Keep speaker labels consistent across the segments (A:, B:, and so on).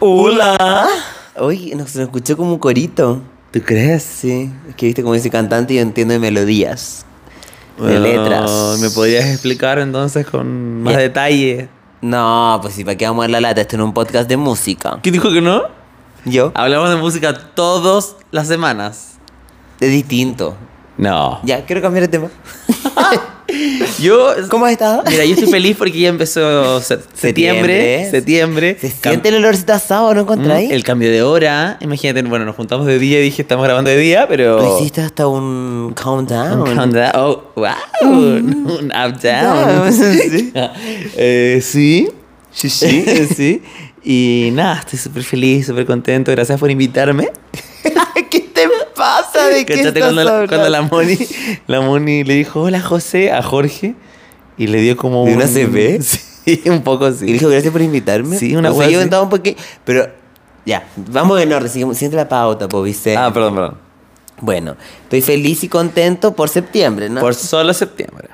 A: Hola. Uy, nos se escuchó como un corito. ¿Tú crees? Sí. Es que viste como dice cantante y yo entiendo de melodías. de
B: Bueno,
A: letras.
B: ¿Me podías explicar entonces con más
A: Eh.
B: detalle?
A: No, pues sí, ¿para qué vamos a dar la lata? Esto en un podcast de música. Ah,
B: ¿Quién dijo que no?
A: Yo.
B: Hablamos de música todas las semanas.
A: Es distinto.
B: No.
A: Ya, quiero cambiar de tema.
B: Yo.
A: ¿Cómo has estado?
B: Mira, yo estoy feliz porque ya empezó se- septiembre.
A: Septiembre.
B: Septiembre.
A: ¿Se
B: Cam-
A: siente el olorcito asado, no encontráis?
B: Mm, El cambio de hora. Imagínate, bueno, nos juntamos de día y dije estamos grabando de día, pero.
A: Tú hiciste hasta un countdown.
B: Un countdown. Oh, wow. Un up down.
A: Mm. Down, sí.
B: Eh, sí. Sí, sí. eh, sí. Y nada, estoy súper feliz, súper contento. Gracias por invitarme.
A: ¿Qué te pasa? ¿De qué
B: Cachate
A: estás
B: cuando, la- cuando la
A: hablando?
B: Moni, la Moni le dijo hola José a Jorge y le dio como
A: ¿De una CB?
B: Sí, un poco
A: Y le
B: así.
A: dijo, gracias por invitarme.
B: Sí, una
A: o sea,
B: wea
A: yo
B: así.
A: estaba un poquito... Pero, ya, vamos en orden. sigue- Siente la pauta, pues, ¿viste?
B: Ah, perdón, perdón.
A: Bueno, estoy feliz y contento por septiembre, ¿no?
B: Por solo septiembre.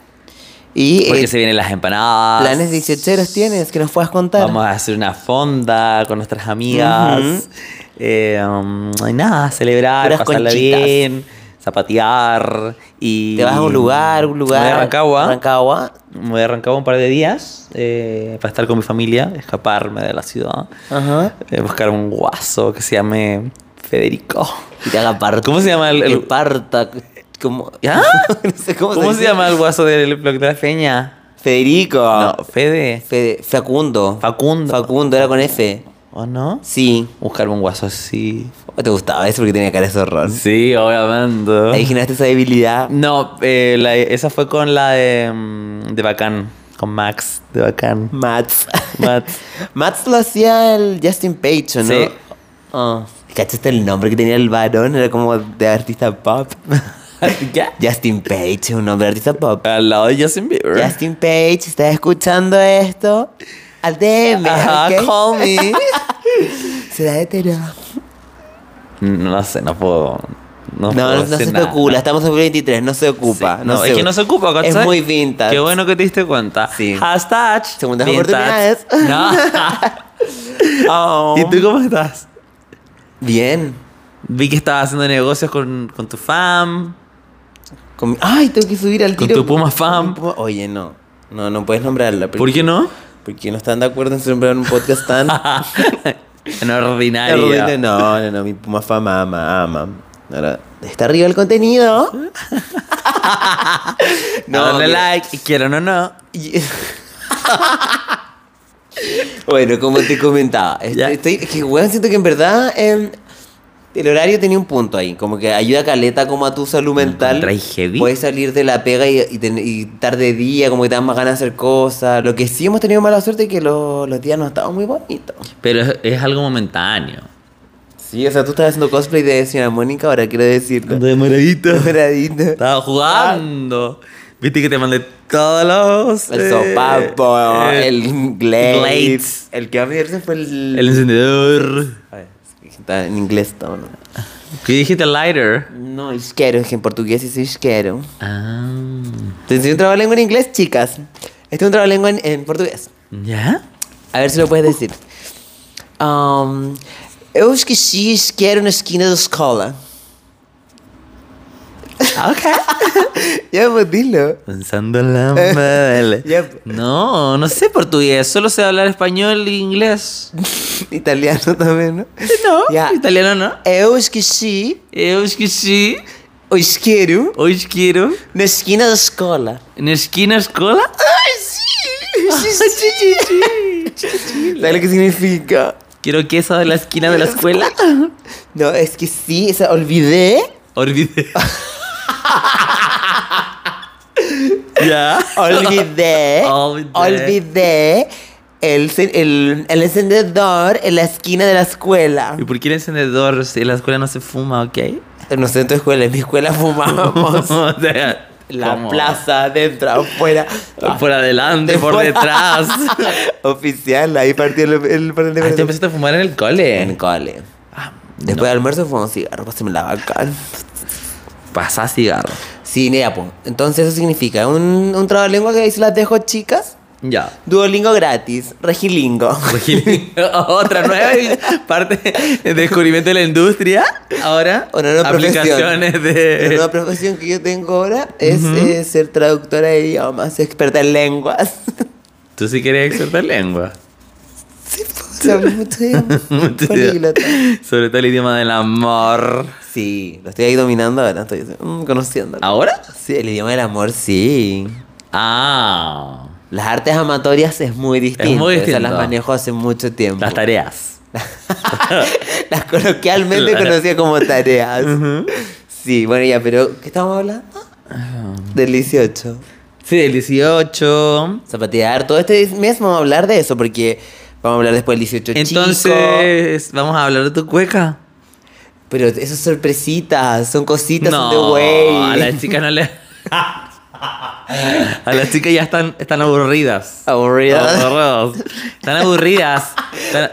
A: y
B: Porque
A: eh,
B: se vienen las empanadas.
A: planes 18 tienes que nos puedas contar.
B: Vamos a hacer una fonda con nuestras amigas. Eh, um, y nada, celebrar,
A: Puras
B: pasarla
A: conchitas.
B: bien, zapatear. Y
A: Te vas a un lugar, un lugar.
B: Me voy a Rancagua.
A: Rancagua.
B: me voy a Rancagua un par de días eh, para estar con mi familia, escaparme de la ciudad.
A: Ajá.
B: Eh, buscar un guaso que se llame Federico.
A: Y te haga parto.
B: ¿Cómo se llama el- el-
A: Esparta? Como...
B: ¿Ya?
A: no sé cómo,
B: ¿Ah? ¿Cómo se
A: dice.
B: llama el guaso del blog de la feña?
A: Federico.
B: No, Fede.
A: Fede- Facundo.
B: Facundo.
A: Facundo, era con F.
B: ¿O no?
A: Sí.
B: Buscarme un guaso así.
A: ¿O ¿Te gustaba eso porque tenía cara de zorrón?
B: Sí,
A: Ahí
B: obviamente.
A: gimnaste esa debilidad.
B: No, eh, la- esa fue con la de, mm, de Bacán. Con Max de Bacán.
A: Mats.
B: Max.
A: Mats lo hacía el Justin Page, ¿o ¿no?
B: Sí.
A: Ah. ¿Cachaste el nombre que tenía el varón? Era como de artista pop.
B: ¿Ya?
A: Justin Page es un nombre de artista pop.
B: Al lado de Justin Bieber.
A: Justin Page, ¿estás escuchando esto? Al DM,
B: Ajá,
A: ¿ok?
B: call me.
A: ¿Será hetero?
B: no sé, no puedo. No,
A: No,
B: puedo
A: no, no
B: decir
A: se
B: nada.
A: especula. Estamos en 2023, no se ocupa.
B: Sí,
A: no,
B: no,
A: se-
B: es que no se ocupa, ¿cachai?
A: Es muy vintage.
B: Qué bueno que te diste cuenta.
A: Sí.
B: Hashtag.
A: Segundas
B: vintage.
A: oportunidades.
B: No.
A: Oh.
B: ¿Y tú cómo estás?
A: Bien.
B: Vi que estabas haciendo negocios con, con tu fam.
A: Con mi- Ay, tengo que subir al
B: Con
A: tiro.
B: tu Puma fam.
A: Puma- Oye, no. No, no puedes nombrarla. porque-
B: ¿Por qué Ah, no?
A: Porque no están de acuerdo en nombrar un podcast tan...
B: en ordinario.
A: ordinario. no, no, no. Mi Puma fama ama, ama. Ahora, está arriba el contenido.
B: No, Dale
A: mira.
B: like. y Quiero no, no.
A: Y- bueno, como te comentaba, est-
B: Ya.
A: estoy, es que weón, siento que en verdad em, el horario tenía un punto ahí, como que ayuda caleta como a tu salud mental.
B: encontráis heavy?
A: Puedes salir de la pega y, y ten- y tarde día, como que te dan más ganas de hacer cosas. Lo que sí hemos tenido mala suerte es que lo- los días no estaban muy bonitos.
B: Pero es, es algo momentáneo.
A: Sí, o sea, tú estás haciendo cosplay de señora Mónica, ahora quiero decirlo.
B: moradito.
A: Doradito.
B: Estaba jugando. Viste que te mandé todos los.
A: El
B: eh,
A: sopapo,
B: eh,
A: el glaze.
B: Glades.
A: El que a mí me dio fue el...
B: El encendedor.
A: A ver, Está en inglés todo, ¿no?
B: ¿Qué dijiste? Lighter.
A: No, isquero, es que en portugués dice isquero.
B: Ah.
A: Te enseñé un trabalengua en inglés, chicas. Este es un trabalengua en, en portugués.
B: ¿Ya?
A: A ver si lo puedes decir. Um, eu esqueci isquero na esquina da escola. Ah, Ok. ya, pues dilo.
B: Pensando en la madre.
A: Ya.
B: No, no sé portugués. Solo sé hablar español e inglés.
A: Italiano también, ¿no?
B: No,
A: Ya.
B: italiano no. Eh,
A: Eu esqueci
B: Eu esqueci.
A: o isqueiro
B: Hoje quiero.
A: na esquina da escola.
B: Na esquina escola.
A: ¡Ay, sí! ¿Sabes lo que significa?
B: Quiero queso de la esquina de la escuela.
A: No, es que sí, o sea, olvidé.
B: Olvidé. ¿Ya?
A: Olvidé.
B: Olvidé.
A: olvidé el, ce- el- el encendedor en la esquina de la escuela.
B: ¿Y por qué el encendedor si en la escuela no se fuma, ok?
A: No sé en tu escuela, en mi escuela fumábamos.
B: O sea,
A: la
B: ¿cómo?
A: plaza, adentro, afuera. Ah.
B: Por adelante, por
A: Por-
B: detrás.
A: Oficial, ahí partió el, el panel de
B: Ah, te
A: presentación.
B: empezaste a fumar en el cole.
A: En cole.
B: Ah,
A: Después del almuerzo fumamos cigarro, pásenme la vaca.
B: Pasá cigarro.
A: pues. Sí, Neapo. Entonces eso significa un, un trabalengua que ahí se las dejo chicas.
B: Ya.
A: Duolingo gratis, Regilingo.
B: Otra nueva parte de descubrimiento de la industria. Ahora,
A: Una nueva
B: aplicaciones
A: profesión. La
B: de.
A: nueva profesión que yo tengo ahora es eh, ser traductora de idiomas, experta en lenguas.
B: Tú sí querías exhortar lengua.
A: Sabes mucho idioma. Políglota.
B: Sobre todo el idioma del amor.
A: Sí, lo estoy ahí dominando ahora, estoy mm, conociéndolo.
B: ¿Ahora?
A: Sí, el idioma del amor, sí.
B: Ah.
A: Las artes amatorias es muy distinto.
B: muy
A: esas
B: distinto.
A: las manejo hace mucho tiempo.
B: Las tareas.
A: Las coloquialmente
B: Claro.
A: conocía como tareas. Sí, bueno, ya, pero ¿qué estamos hablando? Del 18.
B: Sí, el 18.
A: Zapatear, todo este mes vamos a hablar de eso, porque vamos a hablar después del 18 chico.
B: Entonces, vamos a hablar de tu cueca.
A: Pero esas sorpresitas, son cositas, son de
B: No, a
A: güey.
B: las chicas no le. a las chicas ya están, están aburridas.
A: Aburridas.
B: Aburridos. Están aburridas. Están,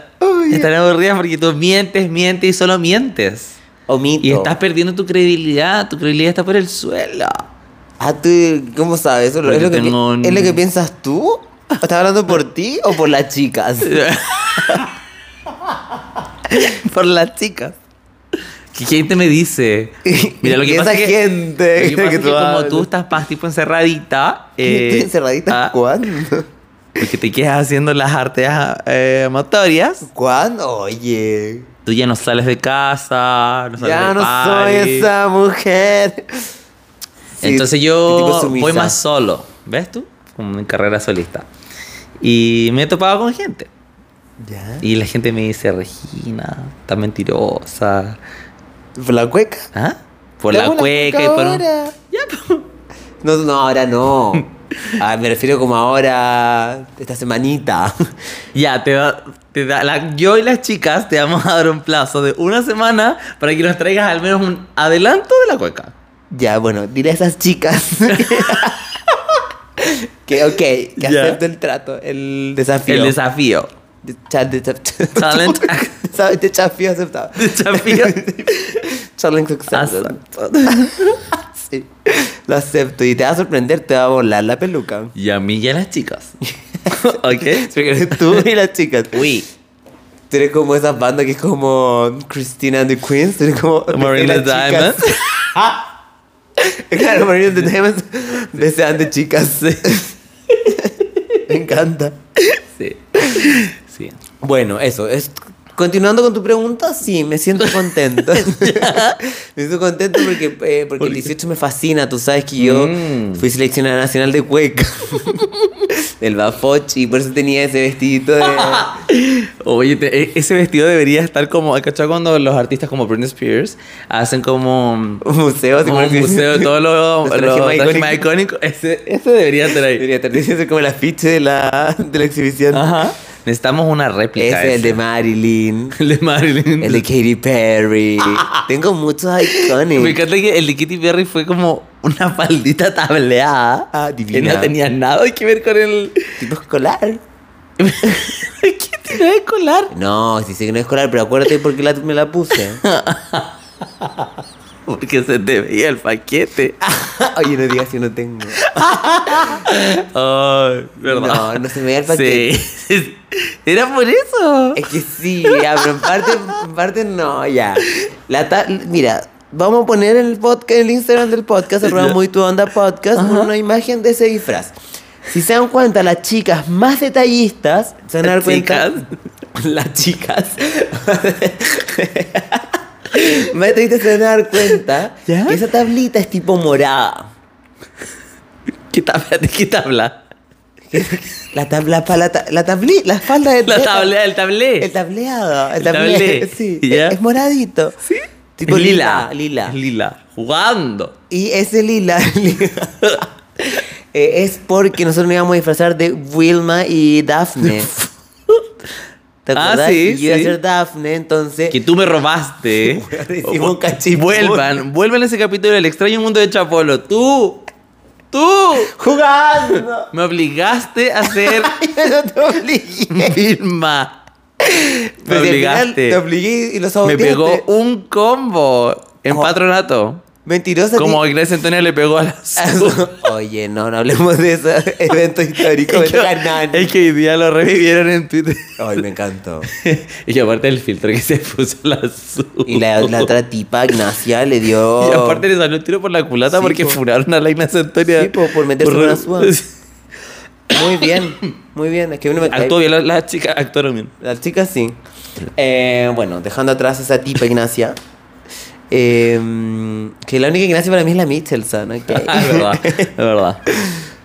B: están aburridas porque tú mientes, mientes y solo mientes.
A: Omito.
B: Y estás perdiendo tu credibilidad. Tu credibilidad está por el suelo.
A: Ah, tú, ¿cómo sabes? ¿Eso lo- ¿Es
B: Porque
A: lo, que, pi-
B: tengo un-
A: ¿Es lo que piensas tú? ¿O ¿Estás hablando por ti o por las chicas?
B: por las chicas. ¿Qué gente me dice? Mira, lo que
A: Esa
B: pasa es que-
A: gente
B: lo que pasa
A: que
B: es
A: tú
B: que como
A: hablas.
B: tú estás más tipo encerradita. eh,
A: ¿Estoy encerradita
B: ah,
A: cuándo?
B: Porque te quedas haciendo las artes eh, amatorias.
A: ¿Cuándo? Oye.
B: Tú ya no sales de casa. No sales
A: Ya
B: del
A: no soy
B: party.
A: esa mujer. Sí,
B: Entonces
A: qué tipo
B: yo
A: sumisa.
B: voy más solo. ¿Ves tú? Como en carrera solista. Y me he topado con gente.
A: ¿Ya?
B: Y la gente me dice, Regina, tan mentirosa.
A: ¿Por la cueca?
B: ¿Ah? Por
A: Te
B: la
A: hago la
B: cueca y
A: cueca
B: por... un-
A: ahora. No, no, ahora no. Ah, me refiero como ahora, esta semanita.
B: Ya, te va, te da, la- yo y las chicas te vamos a dar un plazo de una semana para que nos traigas al menos un adelanto de la cueca.
A: Ya, bueno, dile a esas chicas que, ok, que
B: Ya.
A: acepto el trato, el desafío.
B: El desafío.
A: Challenge.
B: Challenge.
A: ¿Sabes? Desafío aceptado.
B: Desafío.
A: Challenge accepted.
B: Acepto.
A: Sí, lo acepto. Y te va a sorprender, te va a volar la peluca.
B: y a mí y a las chicas. ¿Ok?
A: Porque eres tú y las chicas.
B: Uy.
A: Tú eres como esa banda que es como Christina and the Queens. Tú eres como.
B: Marina
A: las chicas.
B: Diamond.
A: Claro, Marina and the Diamonds. Desean de chicas. Me encanta.
B: Sí. Sí.
A: Bueno, eso. Es... Continuando con tu pregunta, sí, me siento contento. me siento contento porque, eh, porque el 18 me fascina. Tú sabes que yo
B: Mm.
A: fui seleccionada nacional de cueca del Bafochi y por eso tenía ese vestidito de.
B: Oye, te- e- ese vestido debería estar como. ¿Cachai? Cuando los artistas como Britney Spears hacen como.
A: un museo. así
B: como
A: como
B: un
A: que-
B: museo de todos los los
A: Los trajes más
B: trajes más icónicos.
A: icónicos.
B: Ese, ese debería estar ahí.
A: Debería estar diciendo como el afiche de la, de la exhibición.
B: Ajá. Necesitamos una réplica.
A: Ese, el de
B: ese.
A: Marilyn,
B: El de Marilyn.
A: el de Katy Perry. Tengo muchos
B: Me
A: icónicos.
B: encanta que el de Katy Perry fue como una faldita tableada.
A: Ah,
B: que
A: divina.
B: no tenía nada que ver con el.
A: Tipo escolar.
B: ¿Qué tiene de colar?
A: No, sí sé que no es escolar, pero acuérdate por qué la- me la puse.
B: Porque se te veía el paquete.
A: Ah. Oye, no digas si no tengo.
B: Ay, ¿verdad?
A: No, no se me veía el paquete.
B: Sí. Era por eso.
A: Es que sí, ya, pero en parte, en parte no, ya. La ta- mira, vamos a poner en el podcast, en el Instagram del podcast, arroba muy tu onda podcast, una imagen de ese disfraz. Si se dan cuenta, las chicas más detallistas se van a dar
B: Las
A: cuenta. Las chicas. más detallistas se van a dar cuenta
B: ¿Ya?
A: que esa tablita es tipo morada.
B: ¿Qué tabla? ¿De qué tabla?
A: La tabla, pa- la, ta- la tabli- la falda de
B: La tabla, el tablé.
A: El tableado, el
B: El
A: tablé,
B: tablé,
A: sí.
B: ¿ya?
A: Es moradito.
B: ¿Sí?
A: Tipo
B: Es
A: lila,
B: Es
A: lila.
B: Lila. Jugando.
A: Y ese lila, lila, eh, es porque nosotros nos íbamos a disfrazar de Wilma y Daphne. ¿Te
B: Ah,
A: acuerdas?
B: sí,
A: Y yo iba a
B: sí.
A: ser Daphne, entonces.
B: Que tú me robaste.
A: Hicimos un cachipún.
B: Vuelvan, vuelvan a ese capítulo del extraño mundo de Chapolo. Tú, tú,
A: ¡Jugando!
B: me obligaste a ser
A: Yo no te obligué.
B: Vilma. Me
A: Pero si al final
B: obligaste.
A: Te obligué y los
B: Me pegó un combo en
A: Co-
B: patronato.
A: Mentirosa.
B: Como Ignacio Antonio le pegó a las...
A: Oye, no, no hablemos de ese evento histórico. me toca nada.
B: Es que hoy día lo revivieron en Twitter.
A: Ay, me encantó.
B: y aparte el filtro que se puso la azul.
A: Y la, la otra tipa, Ignacia, le dio.
B: Y aparte le salió un tiro por la culata
A: Oh. Sí,
B: porque
A: po.
B: furaron a la Ignacia Antonia.
A: Sí, po, por meterse en una suba.
B: Sí.
A: Muy bien, muy bien. Es que uno me cae-
B: Actuó bien, la- las chicas actuaron bien.
A: Las chicas sí. Eh, bueno, dejando atrás esa tipa Ignacia. eh, que la única Ignacia para mí es la Michelson, ¿ok?
B: Ah, es verdad, es verdad.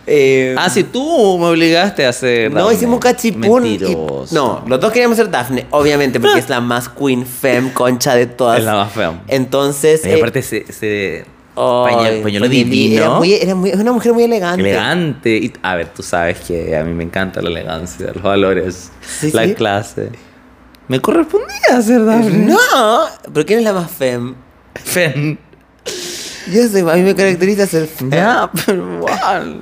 A: Eh,
B: Ah, sí, tú me obligaste a hacer.
A: no,
B: Daphne.
A: hicimos cachipún. y-
B: Mentiroso.
A: no, los dos queríamos ser Daphne, obviamente, porque es la más queen femme concha de todas.
B: Es la más fea.
A: Entonces.
B: Y
A: eh,
B: aparte, pues, se. se
A: ay,
B: pañuelo- pañuelo
A: fue divina.
B: divino.
A: Era muy- era muy- es una mujer muy elegante.
B: Elegante. Y, a ver, tú sabes que a mí me encanta la elegancia, los valores,
A: Sí,
B: la
A: sí.
B: clase. Me correspondía hacer Daphne.
A: No, pero ¿quién es la más femme?
B: Fen.
A: Yo sé, a mí me caracteriza ser femme.
B: Ya, Ah, pero igual.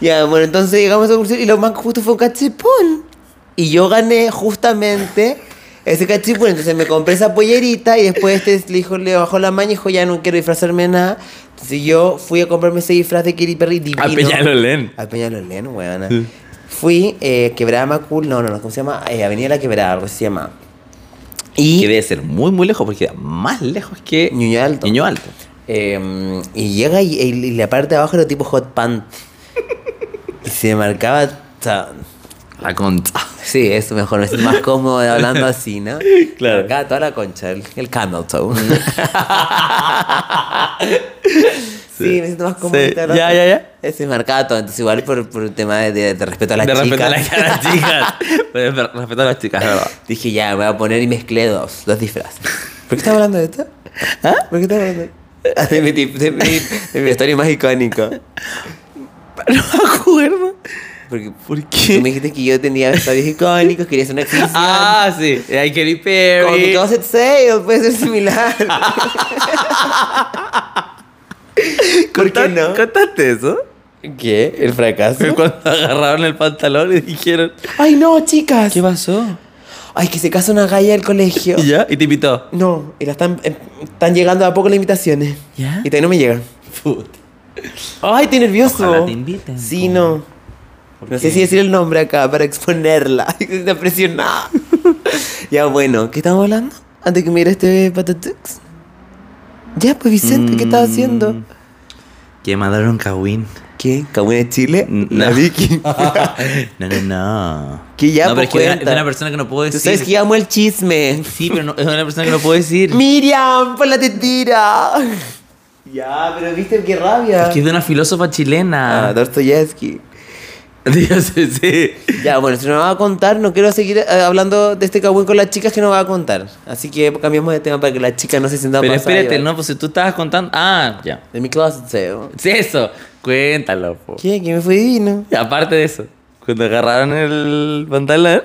A: Ya, bueno, entonces llegamos a esa conclusión y lo más justo fue un cachipún. Y yo gané justamente ese cachipún. Entonces me compré esa pollerita y después este le, dijo, le bajó la maña y dijo, ya no quiero disfrazarme de nada. Entonces yo fui a comprarme ese disfraz de Katy Perry divino.
B: A Peñalolén.
A: A Peñalolén, huevona. Fui, eh, Quebrada Macul, no, no, no, ¿cómo se llama? Eh, Avenida La Quebrada, algo así se llama.
B: Que
A: Y
B: debe ser muy, muy lejos, porque queda más lejos que
A: Ñuñoa Alto.
B: Ñuñoa Alto.
A: Eh, y llega y, y- y la parte de abajo era tipo hot pant. y se marcaba... o sea,
B: La concha.
A: Sí, es mejor, es más cómodo hablando así, ¿no?
B: Claro.
A: Acá toda la concha, el, el camel toe. sí, me siento
B: Ah,
A: más cómodo.
B: Sí,
A: hablando.
B: ya, ya, ya.
A: Ese es marcado, entonces igual por, por un tema de, de- de respeto a las
B: de respeto a
A: chicas.
B: las, a las chicas. Pero de respeto a las chicas, es verdad.
A: Dije, ya, me voy a poner y mezclé dos, dos disfraces. ¿Por qué estás hablando de esto?
B: ¿Ah?
A: ¿Por qué estás hablando de esto? Ah, De mi, tip- de mi, de mi historia más icónica.
B: No me acuerdo.
A: Porque
B: ¿Por
A: tú me
B: qué?
A: dijiste que yo tenía historias icónicas, quería hacer una exhibición.
B: Ah, sí. Hay Katy
A: Como tu
B: Perry.
A: closet sale puede ser similar. ¿Por qué
B: Conta-
A: no?
B: ¿Contaste eso?
A: ¿Qué? ¿El fracaso?
B: Cuando agarraron el pantalón y dijeron...
A: Ay, no, chicas.
B: pasó?
A: Ay, que se casa una galla del colegio.
B: ¿Y ya? Y te invitó.
A: No, y la están, eh, están llegando a poco las invitaciones.
B: ¿Ya?
A: Y todavía no me llegan.
B: Puta.
A: Ay, estoy nervioso.
B: Ojalá te inviten,
A: Sí,
B: po.
A: no.
B: ¿Por
A: No
B: qué?
A: sé si decir el nombre acá para exponerla. Está presionada. ya, bueno, ¿qué estamos hablando? Antes que me diera este patatux. Ya, pues Vicente, ¿qué estaba haciendo?
B: Mm. Que mandaron Kawin.
A: ¿Qué? ¿Cabuna de
B: Eh,
A: Chile? La Vicky.
B: no, no, no.
A: Que ya,
B: no, pero
A: pues,
B: es que es una-
A: cuenta.
B: es una persona que no puedo
A: Tú
B: decir.
A: sabes que yo amo el chisme.
B: Sí, pero no- es una persona que no puedo decir.
A: Miriam, por la tetira. Ya, pero viste qué rabia.
B: Es que es de una filósofa
A: Ah,
B: chilena.
A: Dostoyevsky.
B: Dios, sí.
A: Ya, bueno, si no va a contar, no quiero seguir eh, hablando de este cagüín con las chicas que no va a contar. Así que cambiamos de tema para que las chicas no se sientan
B: Pero
A: pasadas.
B: espérate, no, pues si tú estabas contando. Ah, ya.
A: De mi closet, sale.
B: Sí, eso. Cuéntalo, po.
A: ¿Qué? ¿Que me fue divino?
B: Y aparte de eso, cuando agarraron el pantalón.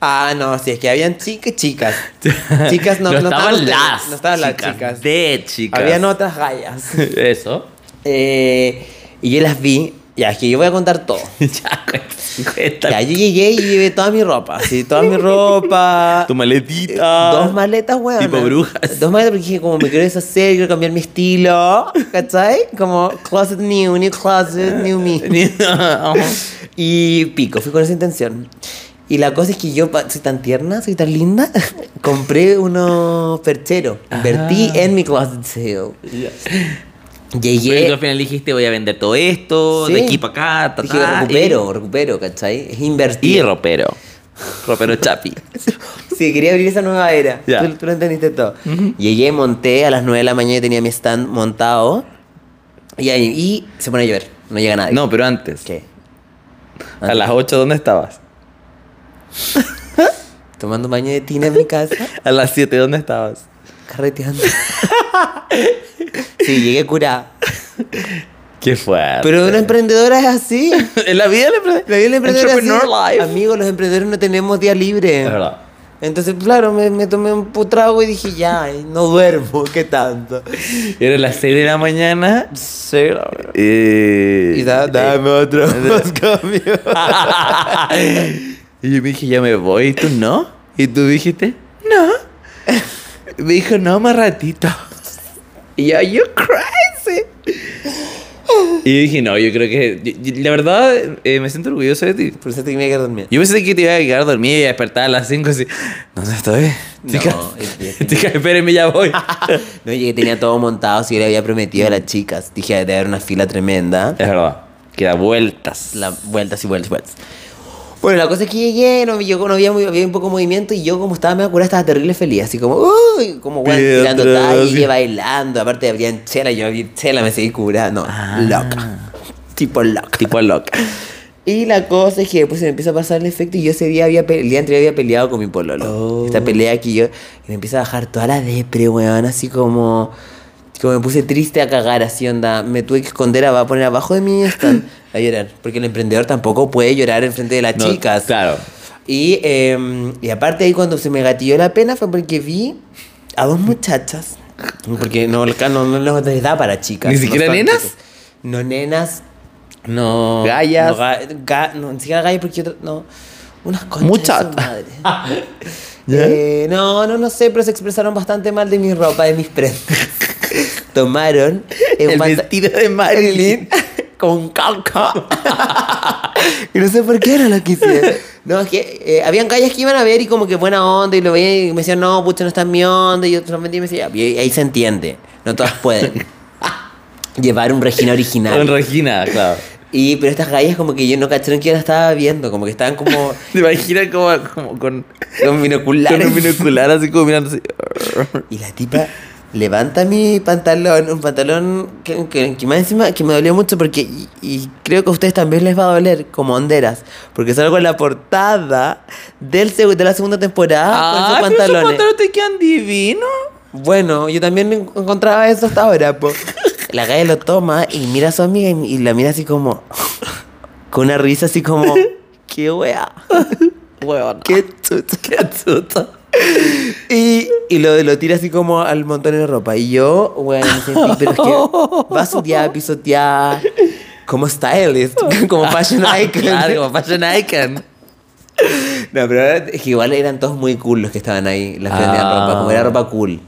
A: Ah, no, sí, es que habían chicas, chicas. Chicas no, no,
B: estaban
A: ustedes,
B: las.
A: No estaban las chicas.
B: De chicas.
A: Habían otras gallas.
B: Eso.
A: Eh, y yo las vi. Ya, es que yo voy a contar todo.
B: ya, cuéntalo.
A: Ya, yo llegué y llevé toda mi ropa. Sí, toda mi ropa.
B: Tu maletita.
A: Eh, Dos maletas, weón.
B: Tipo brujas.
A: Dos maletas porque dije, como me quiero deshacer, quiero cambiar mi estilo. ¿Cachai? Como closet new, new closet, new me. Y pico, fui con esa intención. Y la cosa es que yo pa- soy tan tierna, soy tan linda. Compré unos percheros. Invertí
B: Ah.
A: en mi closet sale.
B: Pero tú
A: Llegué.
B: al final dijiste, voy a vender todo esto, de
A: Sí.
B: aquí para acá, ta,
A: Dije,
B: ta,
A: recupero, recupero, ¿cachai? Es
B: "Ah, Y,
A: invertir.
B: y ropero. Ropero chapi.
A: Sí, quería abrir esa nueva era.
B: Ya.
A: Tú, tú lo entendiste todo. Llegué, monté a las 9 de la mañana y tenía mi stand montado. Y, ahí- y se pone a llover. No llega nadie.
B: No, pero antes.
A: ¿Qué?
B: A las 8, ¿dónde estabas?
A: Tomando baño de tina en mi casa,
B: A las 7, ¿dónde estabas?
A: carreteando. sí, llegué curada.
B: Qué fuerte.
A: Pero una emprendedora es así.
B: en la vida le
A: La vida del emprendedor es
B: Entrepreneur
A: así.
B: life.
A: Amigos, los emprendedores no tenemos día libre.
B: Es verdad.
A: Entonces, claro, me, me tomé un putrago y dije, ya, eh, no duermo, qué tanto.
B: Era las 6 de la mañana.
A: Sí, la verdad.
B: eh,
A: Y da-
B: eh,
A: dame otro más cambio.
B: y yo me dije, ya me voy. ¿Y tú no? ¿Y tú dijiste? No. Me dijo, no, más ratito. Y yo, you crazy. Y yo dije, no, yo creo que. yo- yo- la verdad, eh, me siento orgulloso de ti.
A: Por eso te tenía que dormir.
B: Yo pensé que te iba a quedar dormida y a despertar a las 5 así. ¿Dónde estoy?
A: No,
B: Chica,
A: es que-
B: chica, espérenme, ya voy.
A: No, llegué, tenía todo montado, si yo le había prometido a las chicas. Dije, debe haber una fila tremenda.
B: es verdad, que da vueltas.
A: La, vueltas y vueltas y vueltas. Bueno, la cosa es que llegué, no, yo no había, muy, había un poco de movimiento y yo como estaba medio curada estaba terrible feliz, así como, uy, como bueno,
B: Piedra,
A: tirando talle,
B: sí.
A: bailando, aparte abrían chela, yo abrí chela, me seguí curando,
B: Ah.
A: loca, tipo loca.
B: Tipo loca.
A: Y la cosa es que después se me empieza a pasar el efecto y yo ese día había pe- el día anterior había peleado con mi pololo.
B: Oh.
A: Esta pelea que yo y me empieza a bajar toda la depre, weón, así como como me puse triste a cagar, así onda, me tuve que esconder a, a poner abajo de mí stand a llorar, porque el emprendedor tampoco puede llorar en frente de las
B: No,
A: chicas.
B: Claro.
A: Y, eh, y aparte ahí cuando se me gatilló la pena fue porque vi a dos muchachas. Porque no, no, no, no les da para chicas.
B: ¿Ni
A: no
B: siquiera
A: son
B: nenas?
A: chicas. No, nenas. No.
B: Gallas.
A: No, ga- ga- no, ni siquiera gallas porque otro- no. Unas conchas.
B: Muchata.
A: de su madre. Eh, no, no, no sé, pero se expresaron bastante mal de mi ropa, de mis prendas. Tomaron eh, un
B: El
A: panta-
B: vestido de Marilyn.
A: Marilyn con caca. y no sé por qué no lo quise. No, es que eh, habían calles que iban a ver y como que buena onda y lo veían y me decían, no, pucha, no está en mi onda. Y yo solamente me decía, y ahí- ahí se entiende. No todas pueden. Llevar un Regina original.
B: Con Regina, claro.
A: Y pero estas gallas como que yo no cacharon que yo las estaba viendo, como que estaban como
B: Te imaginas como, como con,
A: con binoculares.
B: con un binocular así como mirando así.
A: Y la tipa levanta mi pantalón, un pantalón que, que, que más encima que me dolió mucho porque, y, y creo que a ustedes también les va a doler, como honderas, porque salgo en la portada del, seg- de la segunda temporada
B: Ah,
A: con esos
B: pero esos
A: pantalones.
B: pantalones te quedan divinos.
A: Bueno, yo también en- encontraba eso hasta ahora, po. La galla lo toma y mira a su amiga y, y la mira así como, con una risa así como, qué wea.
B: Huevón.
A: Qué chuta, qué chuta. Y, y lo, lo tira así como al montón de ropa. Y yo, bueno, me sentí, pero es que basureada, pisoteada, como stylist, como fashion icon.
B: Ah, Claro, como fashion icon.
A: No, pero es que igual eran todos muy cool los que estaban ahí, las que vendían
B: Ah.
A: ropa, como era ropa cool.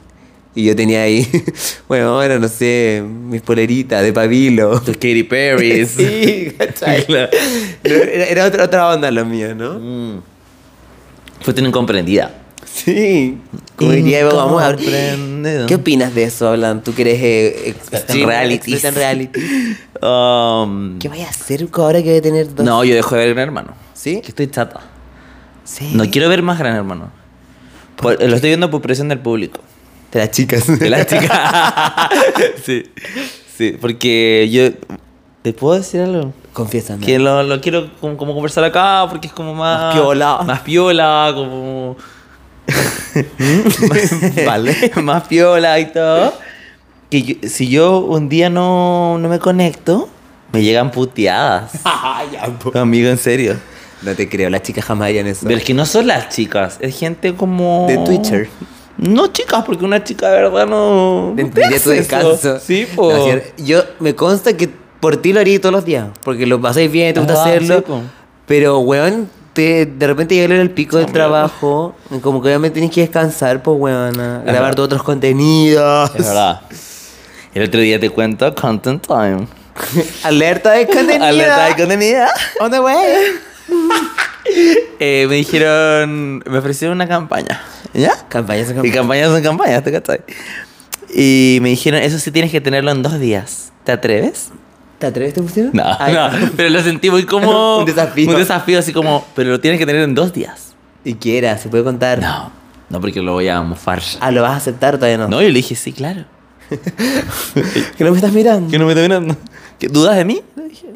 A: Y yo tenía ahí, bueno, ahora no sé, mis poleritas de pabilo.
B: Tus Katy Perry.
A: Sí, ¿cachai?
B: Claro.
A: Era, era otra, otra onda lo mío, ¿no?
B: Fuiste una Mm. incomprendida.
A: Sí. Como diría Evo, vamos a
B: Incomprendido.
A: ¿Qué opinas de eso, Alan? ¿Tú quieres eh,
B: Experta en
A: streamer,
B: realities.
A: experta en reality?
B: Um,
A: ¿Qué voy a hacer ahora que voy a tener dos?
B: no, yo dejo de ver Gran Hermano.
A: ¿Sí? ¿Eh?
B: Que estoy chata.
A: Sí.
B: No quiero ver más Gran Hermano. Por- lo estoy viendo por presión del público.
A: De las chicas.
B: De las chicas. sí. Sí, porque yo. ¿Te puedo decir algo?
A: Confiésame.
B: Que lo, lo quiero como, como conversar acá porque es como más.
A: Más piola.
B: Más piola, como.
A: Vale.
B: más piola y todo. Que yo- si yo un día no, no me conecto, me llegan puteadas.
A: Ay, ya, po.
B: Amigo, en serio.
A: No te creo, las chicas jamás harían eso.
B: Pero es que no son las chicas, es gente como.
A: De Twitter.
B: No chicas, porque una chica de verdad no.
A: Te
B: no te
A: entendería tu
B: hace eso.
A: descanso.
B: Sí, po.
A: pues yo me consta que por ti lo haría todos los días. Porque lo pasáis bien, te gusta
B: Ah,
A: hacerlo.
B: sí, po.
A: pero, weón, te, de repente llegar al pico del
B: Hombre.
A: trabajo. y Como que obviamente tienes que descansar, pues, weona. Grabar
B: verdad.
A: tus otros contenidos.
B: Es verdad. El otro día te cuento Content Time.
A: Alerta de contenido.
B: Alerta de contenido.
A: On the way.
B: Eh, me dijeron, me ofrecieron una campaña. ¿Ya?
A: Campañas
B: Y campañas son campañas, ¿te cachai? Y me dijeron, eso sí tienes que tenerlo en dos días. ¿Te atreves?
A: ¿Te atreves te pusieron?
B: No,
A: Ay,
B: no, pero lo sentí muy como...
A: Un desafío.
B: Un desafío así como, pero lo tienes que tener en dos días.
A: Y quiera, se puede contar.
B: No, no porque lo voy a mofar.
A: Ah, lo vas a aceptar todavía no.
B: No, yo le dije, sí, claro.
A: Que no me estás mirando.
B: no me está mirando? ¿Qué, ¿Dudas de mí? Le dije.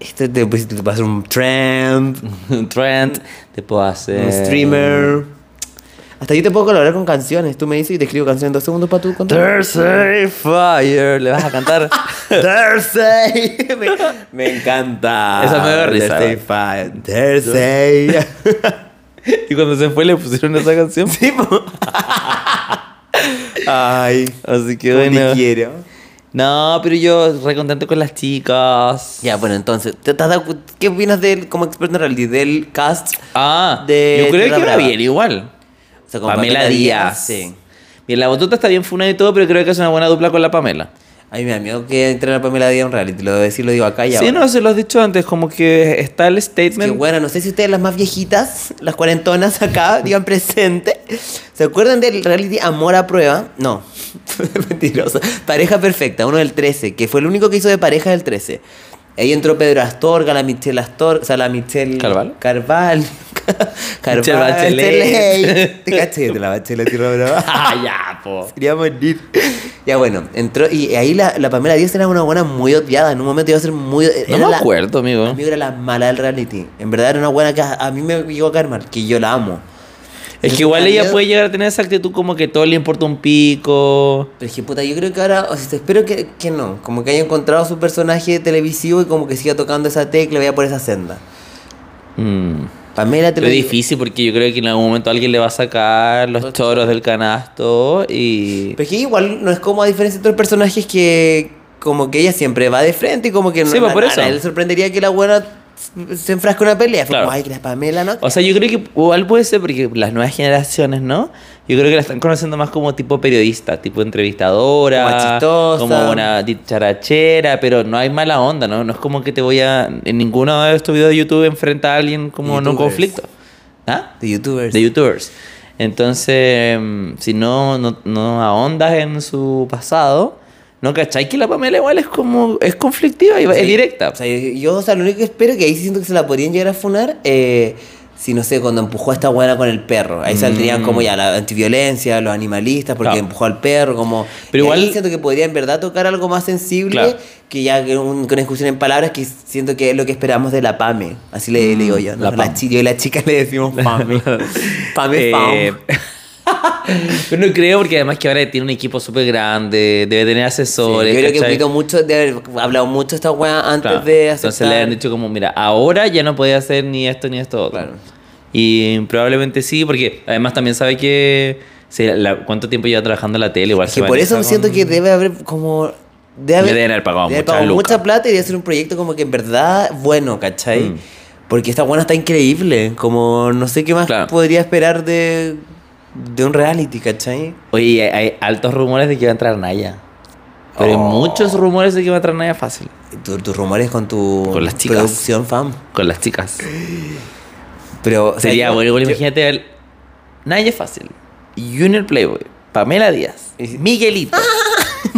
A: Esto te, pues, te va a hacer un trend.
B: Un trend, te puedo hacer...
A: Un streamer. Hasta yo te puedo colaborar con canciones. Tú me dices y te escribo canciones en dos segundos para tu contar.
B: Thursday Fire, le vas a cantar.
A: Thursday. me, me encanta.
B: Esa me da risa,
A: Thursday Five. Thursday.
B: y cuando se fue le pusieron esa canción.
A: sí, po. Ay.
B: Así que
A: como
B: bueno.
A: Te quiero.
B: No, pero yo re contento con las chicas.
A: Ya, bueno, entonces, ¿te has dado cu- ¿qué opinas de él como experto en reality? Del cast.
B: Ah,
A: De
B: yo creo
A: Tierra
B: que era
A: Brava.
B: bien igual.
A: O sea, con
B: Pamela, Díaz.
A: Sí.
B: Bien, la botota está bien funada y todo, pero creo que es una buena dupla con la Pamela.
A: Ay, me da miedo que entre la Pamela Díaz en reality. Lo debo decir, lo digo acá ya.
B: Sí, no, se lo has dicho antes, como que está el statement.
A: Que bueno, no sé si ustedes las más viejitas, las cuarentonas acá, digan presente. ¿Se acuerdan del reality Amor a Prueba? No, mentirosa. Pareja Perfecta, uno del 13, que fue el único que hizo de pareja del 13. Ahí entró Pedro Astorga, la Michelle Astorga, o sea, la Michelle...
B: ¿Carval?
A: Carval. Carval.
B: Michelle Bachelet.
A: Bachelet. Te caché de la Bachelet, tierra brava.
B: Ah, ya, po.
A: Quería morir. Ya bueno, entró y ahí la, la Pamela Díaz era una buena muy odiada. En un momento iba a ser muy.
B: No
A: Era
B: me
A: la,
B: acuerdo, amigo.
A: amigo, era la mala del reality. En verdad era una buena que a, a mí me llegó a caer mal, que yo la amo.
B: Es que
A: Pero
B: igual
A: en
B: ella
A: realidad-
B: puede llegar a tener esa actitud como que todo le importa un pico.
A: Pero es que puta, yo creo que ahora, o sea, espero que, que no. Como que haya encontrado su personaje televisivo y como que siga tocando esa tecla, vaya por esa senda.
B: Mm.
A: Pamela te
B: Pero
A: lo
B: es
A: digo.
B: difícil porque yo creo que en algún momento alguien le va a sacar los choros del canasto y...
A: Pero es que igual no es como a diferencia de otros personajes que como que ella siempre va de frente y como que no.
B: Sí, pues, por
A: a- a
B: eso.
A: él sorprendería que la buena se enfrasque en una pelea. Fue
B: Claro.
A: como, ay, que la Pamela, ¿no?
B: O sea, yo creo que igual puede ser porque las nuevas generaciones, ¿no? Yo creo que la están conociendo más como tipo periodista, tipo entrevistadora,
A: Como chistosa.
B: como una dicharachera, pero no hay mala onda, ¿no? No es como que te voy a en ninguno de estos videos de YouTube enfrentar a alguien como en un
A: Youtubers.
B: conflicto. ¿Ah?
A: De youtubers.
B: De youtubers. Entonces, mm, si no, no, no ahondas en su pasado, ¿no cachai? Que la Pamela igual es como, es conflictiva y va-
A: O sea,
B: es directa.
A: O sea, yo, yo, o sea, lo único que espero que ahí sí siento que se la podrían llegar a funar. eh, si no sé, cuando empujó a esta buena con el perro. Ahí saldrían como ya la antiviolencia, los animalistas, porque
B: Mm. Claro.
A: empujó al perro, como.
B: Pero
A: y ahí
B: igual-
A: siento que podría en verdad tocar algo más sensible
B: Claro.
A: que ya que un- con discusión en palabras, que siento que es lo que esperamos de la Pame. Así le, le digo yo. ¿no?
B: la
A: La
B: Pam.
A: chi- yo y la chica le decimos Pame. Pame,
B: Eh,
A: Pam.
B: Pero no creo, porque además que ahora tiene un equipo súper grande, debe tener asesores.
A: yo creo que
B: ¿cachai?
A: cuido mucho de haber hablado mucho esta weá antes
B: Claro.
A: de hacer.
B: Entonces le han dicho como, mira, ahora ya no podía hacer ni esto ni esto otro.
A: Claro.
B: Y probablemente sí, porque además también sabe que se- la- cuánto tiempo lleva trabajando en la tele. Igual
A: Es
B: se
A: que por
B: maneja
A: eso
B: con-
A: siento que debe haber como. Debe
B: Le deben haber pagado
A: debe haber
B: mucha luca.
A: mucha plata y debe ser un proyecto como que en verdad bueno, ¿cachai?
B: Mm.
A: Porque esta buena está increíble. Como no sé qué más
B: Claro.
A: podría esperar de, de un reality, ¿cachai?
B: Oye, y hay, hay altos rumores de que va a entrar Naya. Pero hay
A: Oh.
B: muchos rumores de que va a entrar Naya fácil.
A: Tu- tus rumores con tu
B: Con las chicas.
A: producción fam.
B: Con las chicas.
A: Pero o sea,
B: Sería
A: yo-
B: bueno, igual
A: yo-
B: imagínate el- Naya fácil. Junior Playboy. Pamela Díaz.
A: Y si-
B: Miguelito.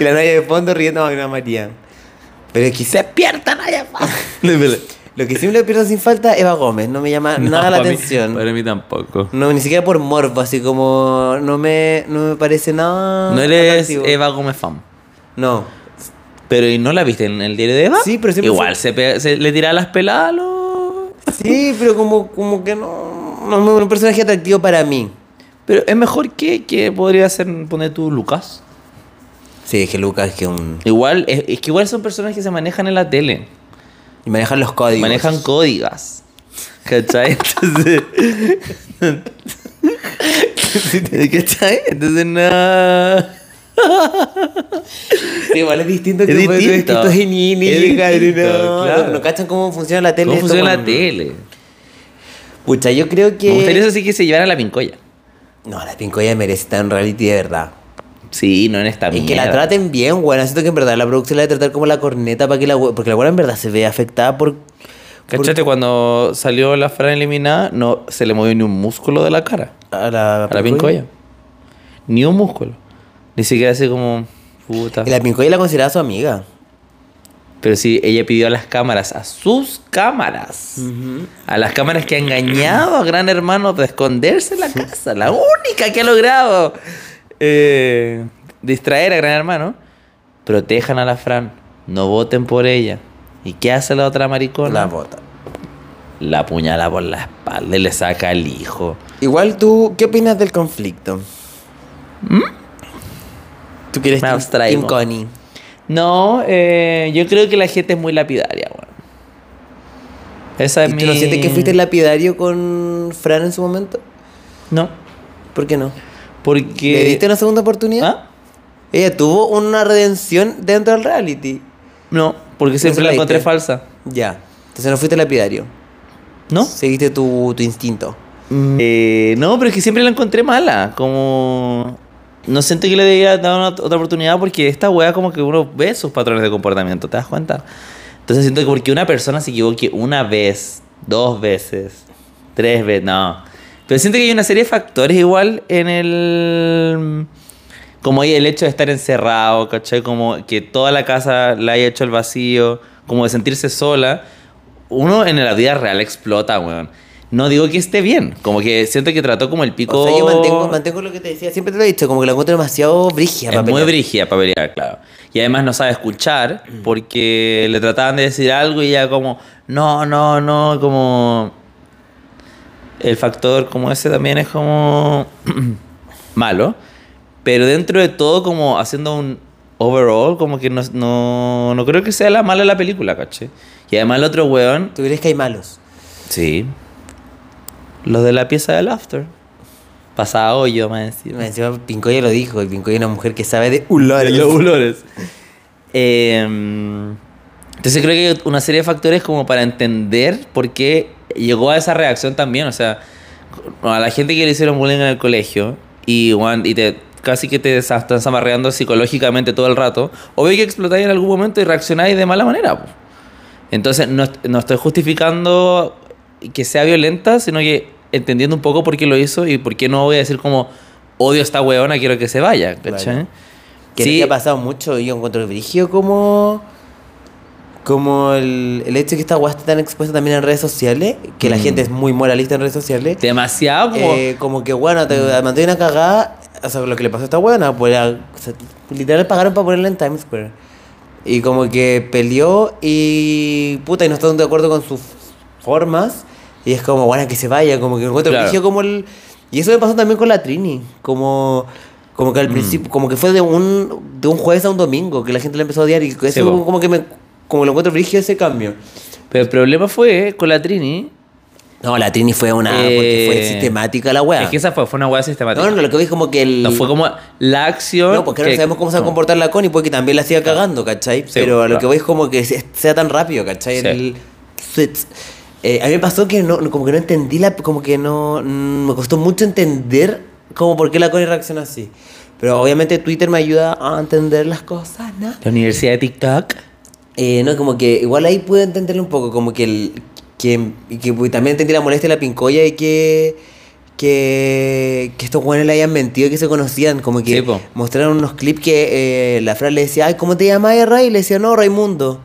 A: Y la novia de fondo riendo a Magna María. Pero quizás
B: Despierta Naya fácil.
A: lo que siempre pierdo sin falta Eva Gómez. No me llama nada la
B: para mí-
A: atención.
B: para mí tampoco.
A: No, ni siquiera por morbo, así como no me, no me parece nada.
B: No eres
A: atractivo.
B: Eva Gómez fan.
A: No.
B: Pero ¿y no la viste en el diario de Eva?
A: Sí, pero siempre
B: Igual se, pe- se le tiraba las peladas a los-
A: Sí, pero como, como que no. No no es un personaje atractivo para mí.
B: Pero es mejor que, que podría ser, poner tú, Lucas.
A: Sí, es que Lucas es que un.
B: Igual, es, es que igual son personas que se manejan en la tele.
A: Y manejan los códigos.
B: Manejan códigas. ¿Cachai? Entonces. ¿Cachai? Entonces no.
A: Sí, igual es distinto
B: Es
A: que tú- tú-
B: distinto.
A: tú- tú- es ñini,
B: Es
A: llega y
B: distinto,
A: no,
B: claro.
A: no cachan cómo funciona la tele.
B: ¿Cómo
A: esto,
B: funciona la
A: bueno.
B: tele?
A: Pucha, yo creo que.
B: Me gustaría eso sí que se llevara la pincoya.
A: No, la Pincoya merece estar en reality de verdad.
B: Sí, no en esta
A: Y que
B: mierda.
A: la traten bien, bueno, siento que en verdad la producción la debe tratar como la corneta para que la we- porque la buena en verdad se ve afectada por
B: ¿Cachate? Cuando salió la Fran eliminada, no se le movió ni un músculo de la cara.
A: a la,
B: A la pincoya. Ni un músculo. Ni siquiera así como. Puta.
A: Y la Pincoya la consideraba su amiga.
B: Pero sí, ella pidió a las cámaras, a sus cámaras, a las cámaras que ha engañado a Gran Hermano de esconderse en la casa, la única que ha logrado eh, distraer a Gran Hermano, protejan a la Fran, no voten por ella. ¿Y qué hace la otra
A: La
B: maricona?
A: bota.
B: La apuñala por la espalda y le saca al hijo.
A: Igual tú, ¿qué opinas del conflicto? ¿Tú quieres
B: ¿Mm? Me
A: Team-
B: abstraigo.
A: Team Connie?
B: No, eh, yo creo que la gente es muy lapidaria, weón. Esa es
A: ¿Y
B: mi...
A: tú no sientes que fuiste lapidario con Fran en su momento?
B: No,
A: ¿Por qué no?
B: porque...
A: ¿Le diste una segunda oportunidad?
B: ¿Ah?
A: Ella tuvo una redención dentro del reality.
B: No, porque siempre
A: se
B: la
A: la
B: encontré
A: diste.
B: falsa.
A: Ya. Entonces no fuiste lapidario.
B: ¿No?
A: Seguiste tu, tu instinto.
B: Eh, no, pero es que siempre la encontré mala. Como. No siento que le debía dar una- otra oportunidad porque esta weá, como que uno ve sus patrones de comportamiento, ¿te das cuenta? Entonces siento que porque una persona se equivoque una vez, dos veces, tres veces, no. Pero siento que hay una serie de factores igual en el. Como hay el hecho de estar encerrado, ¿cachai? Como que toda la casa la haya hecho al vacío, como de sentirse sola. Uno en la vida real explota, weón. No digo que esté bien, como que siento que trató como el pico.
A: O sea, yo mantengo, mantengo lo que te decía, siempre te lo he dicho, como que la encuentro demasiado brígida.
B: Es
A: para
B: muy
A: pelear.
B: brígida para pelear, claro. Y además no sabe escuchar porque le trataban de decir algo y ya como, no, no, no, como... El factor como ese también es como malo. Pero dentro de todo como haciendo un overall, como que no, no, no creo que sea la mala la película, caché. Y además el otro weón...
A: ¿Tú crees que hay malos?
B: Sí. Los de la pieza del after. Pasaba hoyo, más encima.
A: Encima Pincoya lo dijo, y Pincoya es una mujer que sabe de ulores.
B: De los olores. Eh, entonces creo que hay una serie de factores como para entender por qué llegó a esa reacción también. O sea, a la gente que le hicieron bullying en el colegio y, weón, y te, casi que te desa- están zamarreando psicológicamente todo el rato, obvio que explotáis en algún momento y reaccionáis de mala manera. po. Entonces no, est- no estoy justificando que sea violenta, sino que entendiendo un poco por qué lo hizo y por qué no voy a decir como odio a esta weona, quiero que se vaya. ¿cachai?
A: Claro. Que
B: Sí.
A: sí. ha pasado mucho, y yo encuentro brígido como. Como el, el hecho de que esta guasta esté tan expuesta también en redes sociales, que la
B: Mm.
A: gente es muy moralista en redes sociales.
B: Demasiado como... Mm.
A: Eh, como que, bueno, te mandé una cagada. O sea, lo que le pasó a esta buena, pues la- o sea, literal pagaron para ponerla en Times Square. Y como que peleó y puta, y no están de acuerdo con sus formas. Y es como, bueno, que se vaya, como que encuentro
B: Claro.
A: brígido como el... Y eso me pasó también con la Trini, como... Como
B: Mm.
A: que al principio, como que fue de un, de un jueves a un domingo que la gente la empezó a odiar y eso
B: Sí, po.
A: como que me, como lo encuentro brígido ese cambio.
B: Pero el problema fue con la Trini.
A: No, la Trini fue una, porque fue
B: Eh,
A: sistemática la weá.
B: Es que esa fue, fue una hueá sistemática.
A: No, no, lo que vi es como que el.
B: No, fue como la acción.
A: No, porque ahora
B: que-
A: sabemos cómo se va a
B: no.
A: comportar la Connie, porque también la siga cagando, ¿cachai?
B: Sí,
A: Pero a lo
B: claro.
A: que voy es como que se- sea tan rápido, ¿cachai?
B: Sí.
A: El- Eh, a mí me pasó que no, no- como que no entendí la. Como que no. mm, Me costó mucho entender como por qué la Connie reacciona así. Pero obviamente Twitter me ayuda a entender las cosas, ¿no?
B: La universidad de TikTok.
A: Eh, no, como que igual ahí pude entenderlo un poco, como que el que, y que pues, también entendí la molestia de la pincoya y que que, que estos jóvenes le hayan mentido y que se conocían, como que
B: Sí, po.
A: mostraron unos clips que eh, la Fran le decía, ay, ¿cómo te llamas, eh, Ray? Y le decía, no, Raimundo.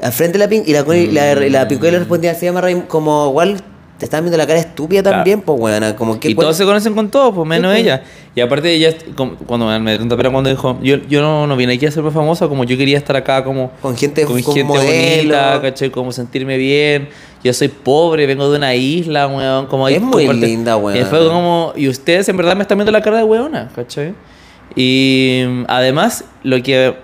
A: Al frente de la pin y la, Connie- la,
B: Mm.
A: la pincoya le respondía, se llama Raimundo, como igual te estaban viendo la cara estúpida
B: Claro.
A: también, pues bueno, como que
B: Y
A: cuál-
B: todos se conocen con todos, pues menos
A: Sí, pues.
B: ella. Y aparte ella, como- cuando me- me preguntó, pero cuando dijo, yo, yo no, no vine aquí a ser más famosa, como yo quería estar acá como...
A: con gente
B: con
A: como
B: gente
A: modelo.
B: bonita, ¿cachai? Como sentirme bien. Yo soy pobre, vengo de una isla, weón. Como ahí
A: Es muy
B: comparte-
A: linda, weón.
B: Y fue como, y ustedes en verdad me están viendo la cara de weona, ¿cachai? Y mm, además, lo que,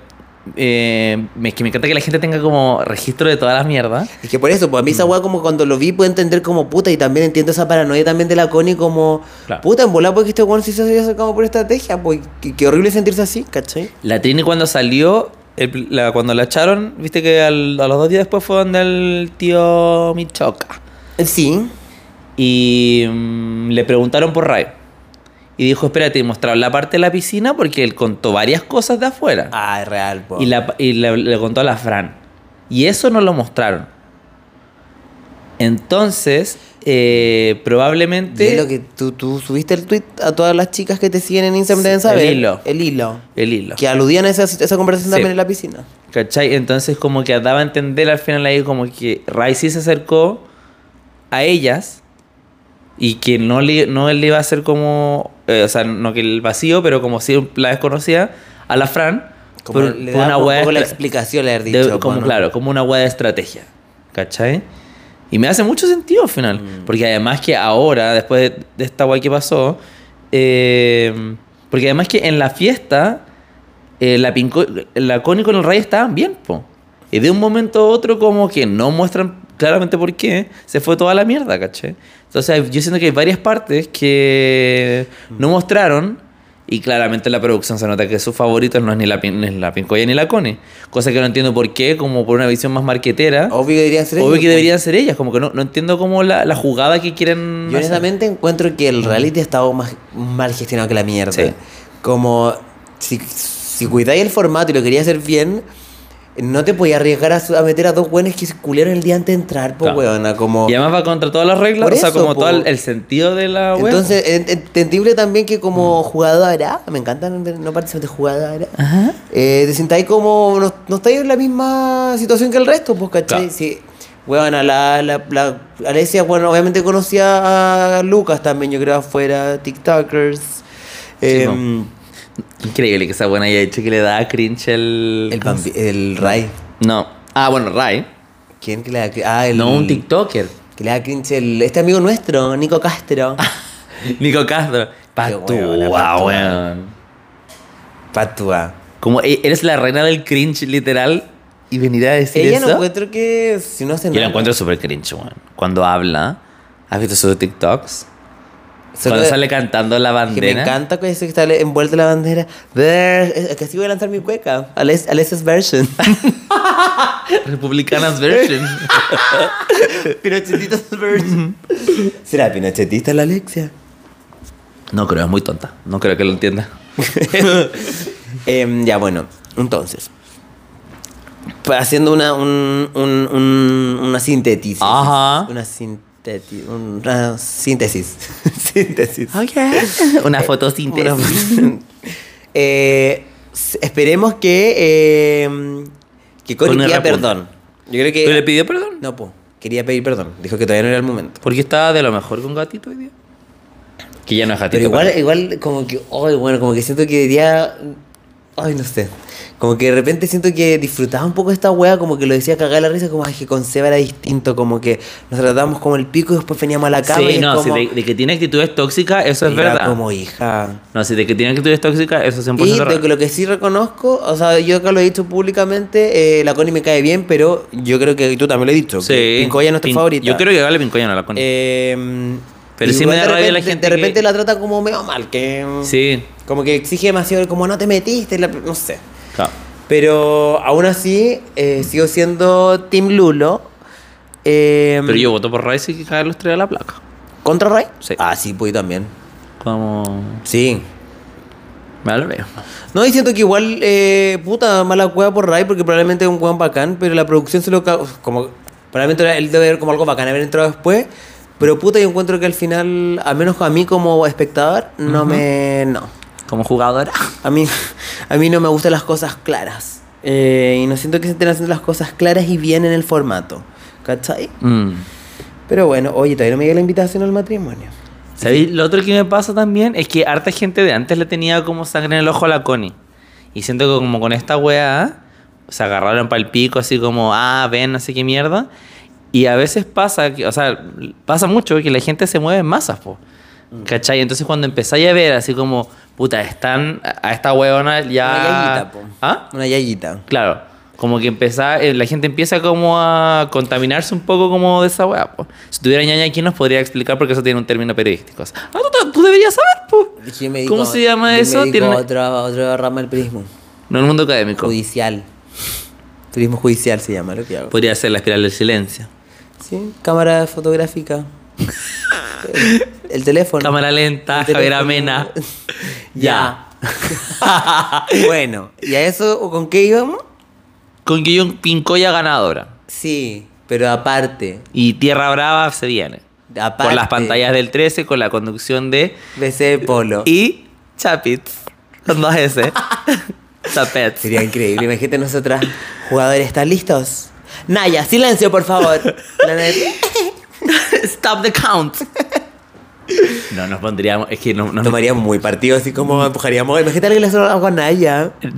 B: eh, me, que me encanta que la gente tenga como registro de todas las mierdas.
A: Es que por eso, pues a mí
B: Mm.
A: esa weá como cuando lo vi pude entender como puta y también entiendo esa paranoia también de la Connie como
B: Claro.
A: puta en volar porque este weón sí se había sacado por estrategia, pues qué, qué horrible sentirse así, ¿cachai?
B: La Trini cuando salió, el- la- cuando la echaron, viste que al- a los dos días después fue donde el tío Michoca.
A: Sí.
B: Y mm, le preguntaron por Ray. Y dijo, espérate, y mostraron la parte de la piscina porque él contó varias cosas de afuera.
A: Ah, es real, po.
B: y la- y la- le contó a la Fran. Y eso no lo mostraron. Entonces, eh,
A: Y es
B: probablemente...
A: lo que tú, tú subiste el tweet a todas las chicas que te siguen en Instagram
B: Sí,
A: deben saber.
B: el hilo.
A: El hilo.
B: El hilo.
A: Que aludían a esa, esa conversación
B: Sí.
A: también en la piscina.
B: ¿Cachai? Entonces como que daba a entender al final ahí como que Rai sí se acercó a ellas y que no, le, no él le iba a hacer como, eh, o sea, no que el vacío, pero como si la desconocía a la Fran
A: Como
B: por,
A: le
B: por
A: da
B: una
A: un
B: hueá
A: poco la
B: estra-
A: explicación le haber
B: de-
A: dicho. po,
B: como,
A: ¿no?
B: Claro, como una hueá de estrategia, ¿cachai? Y me hace mucho sentido al final,
A: Mm.
B: porque además que ahora, después de, de esta hueá que pasó, eh, porque además que en la fiesta eh, la, Pinco, la Connie con el Ray estaban bien, po. Y de un momento a otro, como que no muestran claramente por qué, se fue toda la
A: Mm.
B: mierda, caché. Entonces, hay- yo siento que hay varias partes que no mostraron Y claramente en la producción se nota que sus favoritos no es ni la, pin- ni es la Pincoya ni la Cone. Cosa que no entiendo por qué, como por una visión más marquetera.
A: Obvio que debería ser
B: Obvio
A: ellos,
B: que
A: po.
B: deberían ser ellas, como que no, no entiendo como la, la jugada que quieren.
A: Yo
B: hacer.
A: honestamente encuentro que el reality ha estado más mal gestionado que la mierda.
B: Mm. Sí.
A: Como si, si cuidáis el formato y lo querías hacer bien, no te podías arriesgar a, su- a meter a dos buenos que se culieron el día antes de entrar, pues
B: Claro.
A: weona, como
B: Y además va contra todas las reglas,
A: Por
B: o sea,
A: eso,
B: como
A: po.
B: todo el, el sentido de la web.
A: Entonces, en- entendible también que como jugadora, me encantan no participantes jugadora,
B: Ajá.
A: eh, te sintáis como, no, no estáis en la misma situación que el resto, pues, ¿cachai?
B: Claro.
A: Sí. Bueno, la, la, la Alesia, bueno, obviamente conocía a Lucas también, yo creo, afuera, TikTokers. Em,
B: Increíble que esa buena haya hecho que le da cringe el.
A: el, vampi- el Ray.
B: No. Ah, bueno, Ray.
A: ¿Quién que le da cringe? Ah, el.
B: No, un TikToker.
A: Que le da cringe el- este amigo nuestro, Nico Castro.
B: Nico Castro. Patúa,
A: huevona, patúa.
B: weón.
A: Patua.
B: Como e- eres la reina del cringe, literal, y venir a decir
A: Ella
B: eso.
A: no encuentro que. Si no hace
B: Yo la encuentro súper cringe, weón. Cuando habla. ¿Has visto sus TikToks?
A: Solo
B: Cuando
A: de-
B: sale cantando la
A: Que me
B: bandera.
A: encanta que eso que está le- envuelta la bandera. Ver, es- que así voy a lanzar mi cueca. Alex, Alex's version.
B: Republicanas version.
A: Pinochetita's version. ¿Será pinochetista la Alexia?
B: no creo, es muy tonta. No creo que lo entienda.
A: Em, ya, bueno. Entonces. pa- Haciendo una, un, un- un- una síntesis.
B: Ajá.
A: Una síntesis. Una síntesis. síntesis.
B: Oh, Una
A: Una
B: fotosíntesis.
A: foto. Eh, s- esperemos que. eh, que Cori
B: Con
A: pida
B: R punto.
A: perdón. Yo creo que.
B: ¿Pero le pidió perdón?
A: No, po. Quería pedir perdón. Dijo que todavía no era el momento.
B: Porque estaba de lo mejor con gatito hoy día. Que ya no es gatito.
A: Pero igual, igual, como que. Ay, bueno, como que siento que diría. Ay, no sé. Como que de repente siento que disfrutaba un poco esta wea, como que lo decía cagar la risa, como ay, que con Seba era distinto, como que nos tratábamos como el pico y después veníamos a la
B: pero-
A: cama y
B: Sí,
A: es
B: no, si
A: como,
B: de, de que tiene actitudes tóxicas, eso es
A: "Mira,
B: verdad.
A: como hija.
B: No, si de que tiene actitudes tóxicas, eso es 100%
A: Y
B: real.
A: lo que, lo que sí reconozco, o sea, yo acá lo he dicho públicamente, eh, la Connie me cae bien, pero yo creo que y tú también lo he dicho. que Pincoya es nuestra
B: Pin-
A: favorita.
B: Yo creo que vale Pincoya no la con.
A: Eh,
B: Pero sí
A: igual
B: me da
A: de
B: rabia la
A: repente-
B: gente
A: De repente
B: que-
A: la trata como medio mal, que. mm,
B: sí.
A: Como que exige demasiado, como no te metiste, la- no sé.
B: Claro.
A: mm. Pero aún así, eh, sigo siendo Team Lulo. eh,
B: Pero yo voto por Rice y que cae los tres a la placa.
A: ¿Contra Ray?
B: Sí.
A: Ah, sí, pues yo también.
B: Como.
A: Sí.
B: Me da lo mismo.
A: No, y siento que igual, eh, puta, mala cueva por Ray, porque probablemente es un weón bacán, pero la producción se lo. ca- Como, probablemente era- él debe haber como algo bacán haber entrado después, pero puta, yo encuentro que al final, al menos a mí como espectador, no me. No.
B: Como jugadora.
A: A mí, a mí no me gustan las cosas claras. Eh, y no siento que se estén haciendo las cosas claras y bien en el formato. ¿Cachai?
B: Mm.
A: Pero bueno, oye, todavía no me llega la invitación al matrimonio.
B: ¿Sabéis? Lo otro que me pasa también es que harta gente de antes le tenía como sangre en el ojo a la Connie. Y siento que como con esta weá se agarraron para el pico, así como, ah, ven, no sé qué mierda. Y a veces pasa, que, o sea, pasa mucho que la gente se mueve en masas, po. ¿Cachai? Entonces cuando empezáis a ver, así como, puta, están a a esta weona
A: Una yayita,
B: ya.
A: po.
B: ¿Ah?
A: Una yayita.
B: Claro. Como que empezá, eh, la gente empieza como a contaminarse un poco como de esa weá, po. Si tuviera ñaña aquí nos podría explicar porque eso tiene un término periodístico. O sea, Ah, tú, tú- tú deberías saber, po.
A: Yo me
B: ¿Cómo
A: dedico-
B: se llama
A: yo me
B: eso?
A: dedico
B: Tiene-
A: a otra, otra rama del periodismo.
B: No el mundo académico.
A: Judicial. Turismo judicial se llama lo que hago.
B: Podría ser la espiral del silencio.
A: Sí, cámara fotográfica. el, el teléfono.
B: Cámara lenta,
A: El teléfono.
B: Javier Amena.
A: ya. bueno, ¿y a eso con qué íbamos?
B: Con Guillón Pincoya ganadora.
A: Sí, pero aparte.
B: Y Tierra Brava se viene.
A: aparte
B: Por las pantallas del 13 con la conducción de...
A: BC de Polo.
B: Y Chapitz. Con dos S. Chapitz.
A: Sería increíble. Imagínate nosotras, jugadores, ¿están listos? Naya, silencio, por favor. La Naya-
B: Stop the count. No, nos pondríamos. Es que no. no, no.
A: Tomaríamos muy partido, así como empujaríamos. Imagínate alguien le hace algo a Naya.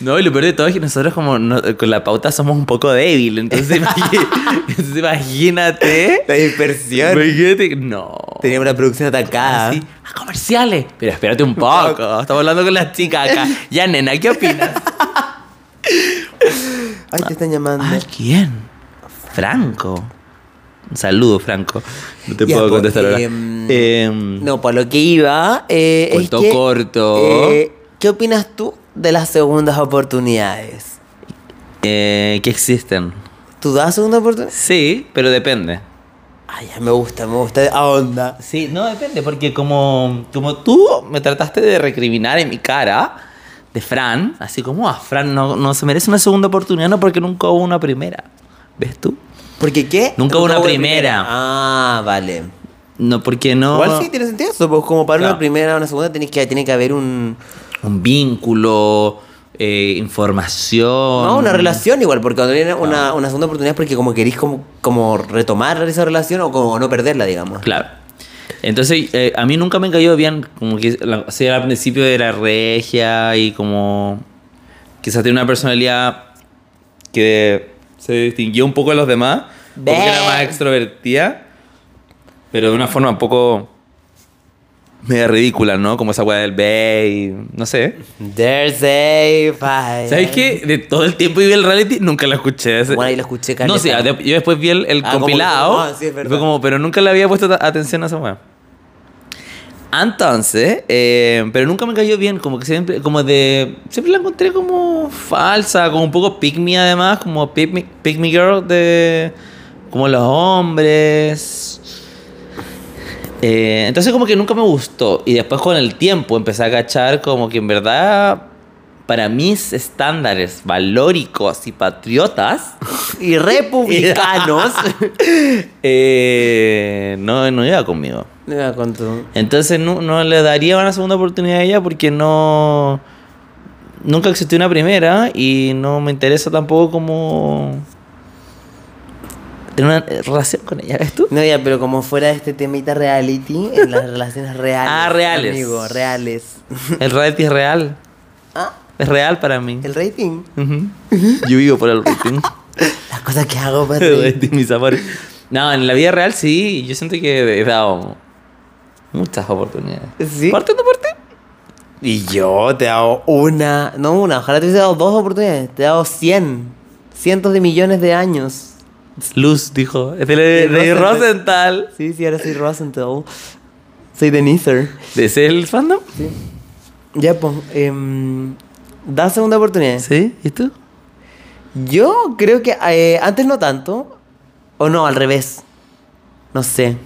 B: No, y lo peor de todo es que nosotros como no- con la pauta somos un poco débil, entonces, imagi- entonces imagínate,
A: La dispersión.
B: imagínate, no,
A: Teníamos la producción atacada.
B: Así, a comerciales, pero espérate un poco, estamos hablando con las chicas acá, ya nena, ¿qué opinas?
A: Ay, te están llamando.
B: ¿A quién? Franco, Saludo, Franco. No te
A: Ya,
B: puedo
A: pues,
B: contestar ahora.
A: em,
B: Em,
A: No, por lo que iba. eh, es
B: Cuento
A: que,
B: corto.
A: eh, ¿Qué opinas tú de las segundas oportunidades?
B: eh, que existen.
A: ¿Tú das segunda oportunidad?
B: Sí, pero depende.
A: Ay, ya me gusta, me gusta. A onda.
B: Sí, no depende, porque como, como tú me trataste de recriminar en mi cara de Fran, así como a Fran no, no se merece una segunda oportunidad, no porque nunca hubo una primera. ¿Ves tú?
A: ¿Porque qué?
B: Nunca hubo una primera.
A: Ah, vale.
B: No, porque no.
A: Igual sí tiene sentido eso, pues como para
B: Claro.
A: una primera, una segunda, tenés que, tiene que haber un.
B: Un vínculo, eh, información.
A: No, una relación igual, porque cuando viene una, una segunda oportunidad es porque como querís como, como retomar esa relación o como no perderla, digamos.
B: Claro. Entonces, eh, a mí nunca me cayó bien, como que la- o sea, al principio era regia y como quizás tenía una personalidad que se distinguió un poco de los demás, como que era
A: Ve.
B: más extrovertida, pero de una forma un poco media ridícula, ¿no? Como esa weá del B y no sé.
A: There's a fire.
B: ¿Sabes qué? De todo el tiempo que vi el reality, nunca la escuché.
A: Bueno, ahí la escuché,
B: No,
A: Carlita.
B: sí, de- yo después vi el, el
A: Ah, como que-
B: compilado.
A: ah, sí, es
B: y
A: verdad.
B: Fue como, pero nunca le había puesto ta- atención a esa weá. Entonces, eh, pero nunca me cayó bien, como que siempre, como de, siempre la encontré como falsa, como un poco pick me además, como pick me, pick me girl de, como los hombres. Eh, entonces como que nunca me gustó y después con el tiempo empecé a cachar como que en verdad para mis estándares valóricos y patriotas
A: Y republicanos.
B: eh, no, no iba conmigo.
A: Me iba con tu-
B: Entonces no, no le daría una segunda oportunidad a ella porque no... Nunca existió una primera y no me interesa tampoco como... Tener una eh, relación con ella, ¿ves tú?
A: No, ya, pero como fuera de este temita reality, en las relaciones reales.
B: Ah, reales.
A: Amigo, reales.
B: El reality es real.
A: Ah,
B: Es real para mí.
A: el rating.
B: Ujú. Yo vivo por el rating.
A: Las cosas que hago para
B: El
A: reír.
B: rating, mis amores. No, en la vida real sí. Yo siento que he dado muchas oportunidades.
A: Sí.
B: Partiendo por ti.
A: Y yo te hago una, no una, ojalá te hubiese dado dos oportunidades, te he dado cien, cientos de millones de años.
B: Luz, dijo. Es de, de,
A: De
B: Rosenthal.
A: Sí, sí, ahora soy Rosenthal. Soy Denizer.
B: ¿De ese el fandom?
A: Ya, pues, em, da segunda oportunidad.
B: Sí. ¿Y tú?
A: Yo creo que eh, antes no tanto, o no, al revés. No sé.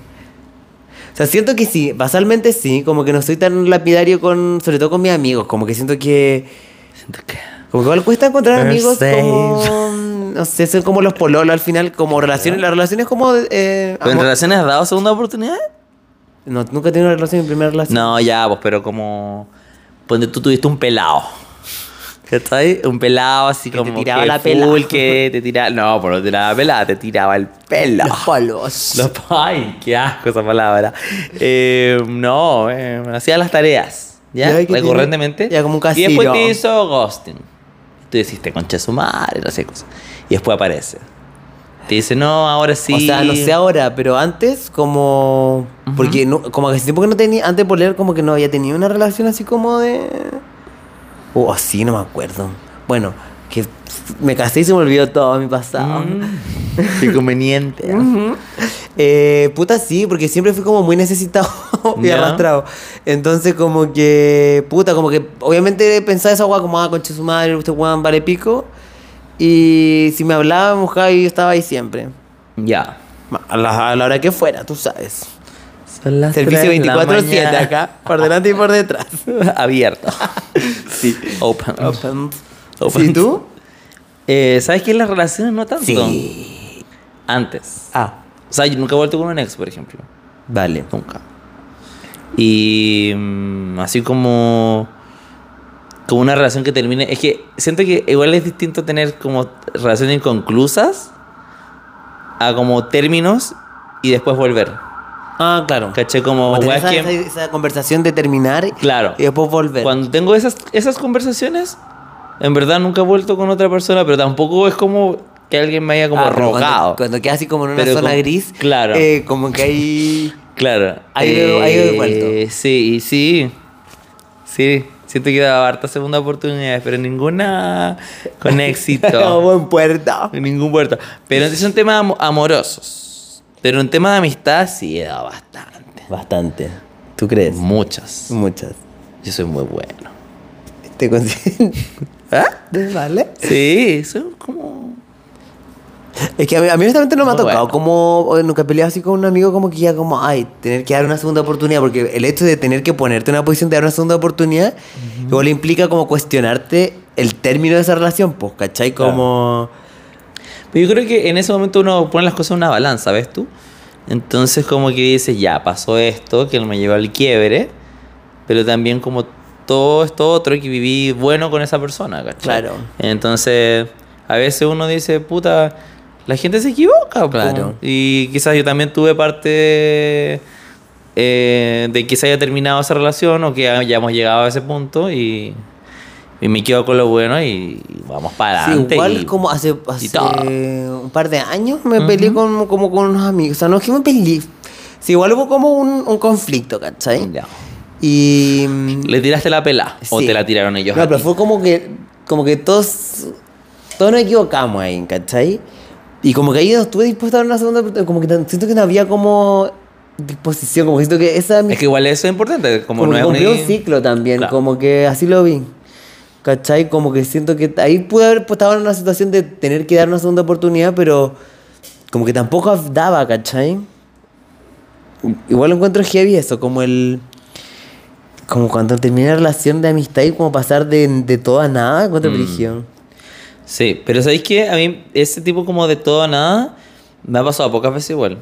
A: O sea, siento que sí, basalmente sí, como que no soy tan lapidario con, sobre todo con mis amigos, como que siento que...
B: Siento que...
A: Como que igual cuesta encontrar
B: We're
A: amigos
B: safe.
A: como. No sé, son como los pololos al final, como relaciones. Las relaciones como. Eh,
B: ¿Pero en
A: amor-
B: relaciones has dado segunda oportunidad?
A: No, nunca he tenido una relación en primera relación.
B: No, ya, pues, pero como. Ponte tú tuviste un pelado. ¿Cachai? Un pelado así
A: Que te
B: como.
A: tiraba
B: que
A: la pela.
B: full, que te tiraba. No, pero no te tiraba la pelada, te tiraba el pelo.
A: Los polos.
B: Los- Ay, qué asco esa palabra. Eh, no, eh, hacía las tareas. ¿Ya?
A: Ya, ¿y qué tiene?
B: Recurrentemente.
A: Ya, como un
B: Y después
A: casillo.
B: te hizo ghosting. Tú hiciste concha de su madre, no sé qué cosa. Y después aparece. Te dice, no, ahora sí.
A: O sea, no sé ahora, pero antes como. Porque no, como que hace tiempo que no tenía. Antes por leer, como que no había tenido una relación así como de. O así, no me acuerdo. Bueno, que me casé y se me olvidó todo mi pasado.
B: Mm, qué conveniente.
A: Eh, puta, sí, porque siempre fui como muy necesitado y
B: Ya.
A: arrastrado. Entonces, como que, puta, como que, obviamente pensaba esa guay como, ah, conche su madre, usted guan vale pico. Y si me hablaba, me buscaba y yo estaba ahí siempre.
B: Ya.
A: A la, a la hora que fuera, tú sabes.
B: Son las
A: Servicio
B: tres de la
A: 24-7
B: mañana.
A: acá, por delante y por detrás.
B: Abierto. sí. Open.
A: ¿Y tú?
B: Eh, ¿Sabes qué? Las relaciones no tanto. Antes.
A: Ah,
B: O sea, yo nunca he vuelto con un ex, por ejemplo.
A: vale.
B: Nunca. Y mm, así como como una relación que termine, es que siento que igual es distinto tener como relaciones inconclusas a como términos y después volver.
A: Ah, claro.
B: Caché como
A: Como tener
B: weas
A: esa,
B: que-
A: esa- esa conversación de terminar
B: Claro.
A: y después volver.
B: Cuando tengo esas esas conversaciones, en verdad nunca he vuelto con otra persona, pero tampoco es como que alguien me haya como
A: Ah, pero
B: rogado.
A: Cuando, cuando queda así como en una
B: Pero
A: zona
B: como-
A: gris,
B: claro.
A: eh, como que hay.
B: Claro.
A: Ahí veo- ahí veo el vuelto.
B: Eh, Sí, y sí. Sí. Siento que daba harta segunda oportunidad, pero ninguna con éxito.
A: Como en puerta.
B: ningún puerto. Pero son temas am- amorosos. Pero en tema de amistad sí he dado bastante.
A: Bastante. ¿Tú crees?
B: Muchas.
A: Muchas.
B: Yo soy muy bueno.
A: ¿Te consideras?
B: ¿Ah?
A: ¿Vale?
B: Sí, soy como...
A: Es que a mí, a mí honestamente no me ha
B: Muy
A: tocado
B: bueno.
A: como o nunca he peleado así con un amigo como que ya como, ay, tener que dar una segunda oportunidad, porque el hecho de tener que ponerte en una posición de dar una segunda oportunidad, igual implica como cuestionarte el término de esa relación, pues, ¿cachai? Como...
B: Pero yo creo que en ese momento uno pone las cosas en una balanza, ¿ves tú? Entonces como que dices, ya, pasó esto, que me llevó al quiebre, pero también como todo esto otro que viví bueno con esa persona, ¿cachai?
A: Claro.
B: Entonces, a veces uno dice, puta, la gente se equivoca, po".
A: Claro.
B: Y quizás yo también tuve parte eh, de que se haya terminado esa relación o que hayamos llegado a ese punto y... y me quedo con lo bueno y vamos para
A: Sí,
B: adelante.
A: igual
B: y-
A: como hace, hace
B: todo.
A: un par de años me peleé con, como con unos amigos, o sea, no es que me peleé, sí, igual hubo como un, un conflicto, ¿cachai?
B: Ya.
A: Y... mm,
B: ¿Le tiraste la pela? ¿O
A: Sí.
B: te la tiraron ellos?
A: No,
B: a
A: pero
B: ti?
A: fue como que, como que todos, todos nos equivocamos ahí, ¿cachai? Y como que ahí no estuve dispuesto a dar una segunda oportunidad, como que tan- siento que no había como disposición, como que siento que esa...
B: Es que igual eso es importante, como, no
A: como que
B: es
A: cumplió
B: una-
A: un ciclo también,
B: Claro.
A: como que así lo vi. ¿Cachai? Como que siento que ahí pude haber estado en una situación de tener que dar una segunda oportunidad, pero como que tampoco daba, ¿cachai? Igual encuentro heavy eso, como el... Como cuando termina la relación de amistad y como pasar de, de todo a nada,
B: Mm.
A: encuentro brígido.
B: Sí, pero ¿sabéis qué? A mí ese tipo como de todo a nada me ha pasado pocas veces igual.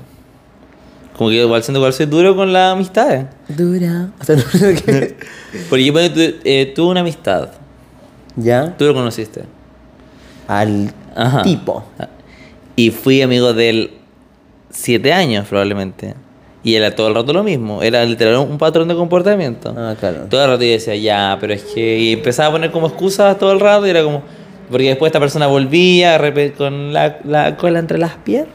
B: Como que igual siento igual soy duro con las amistades.
A: Dura. O sea, no sé qué-
B: Porque yo ponte tú, eh, tuve una amistad,
A: ¿Ya?
B: tú lo conociste.
A: Al
B: Ajá.
A: tipo.
B: Y fui amigo de él siete años probablemente. Y era todo el rato lo mismo, era literal un patrón de comportamiento.
A: Ah, claro.
B: Todo el rato yo decía, ya, pero es que. Y empezaba a poner como excusas todo el rato y era como. Porque después esta persona volvía repe- con la, la cola entre las piernas.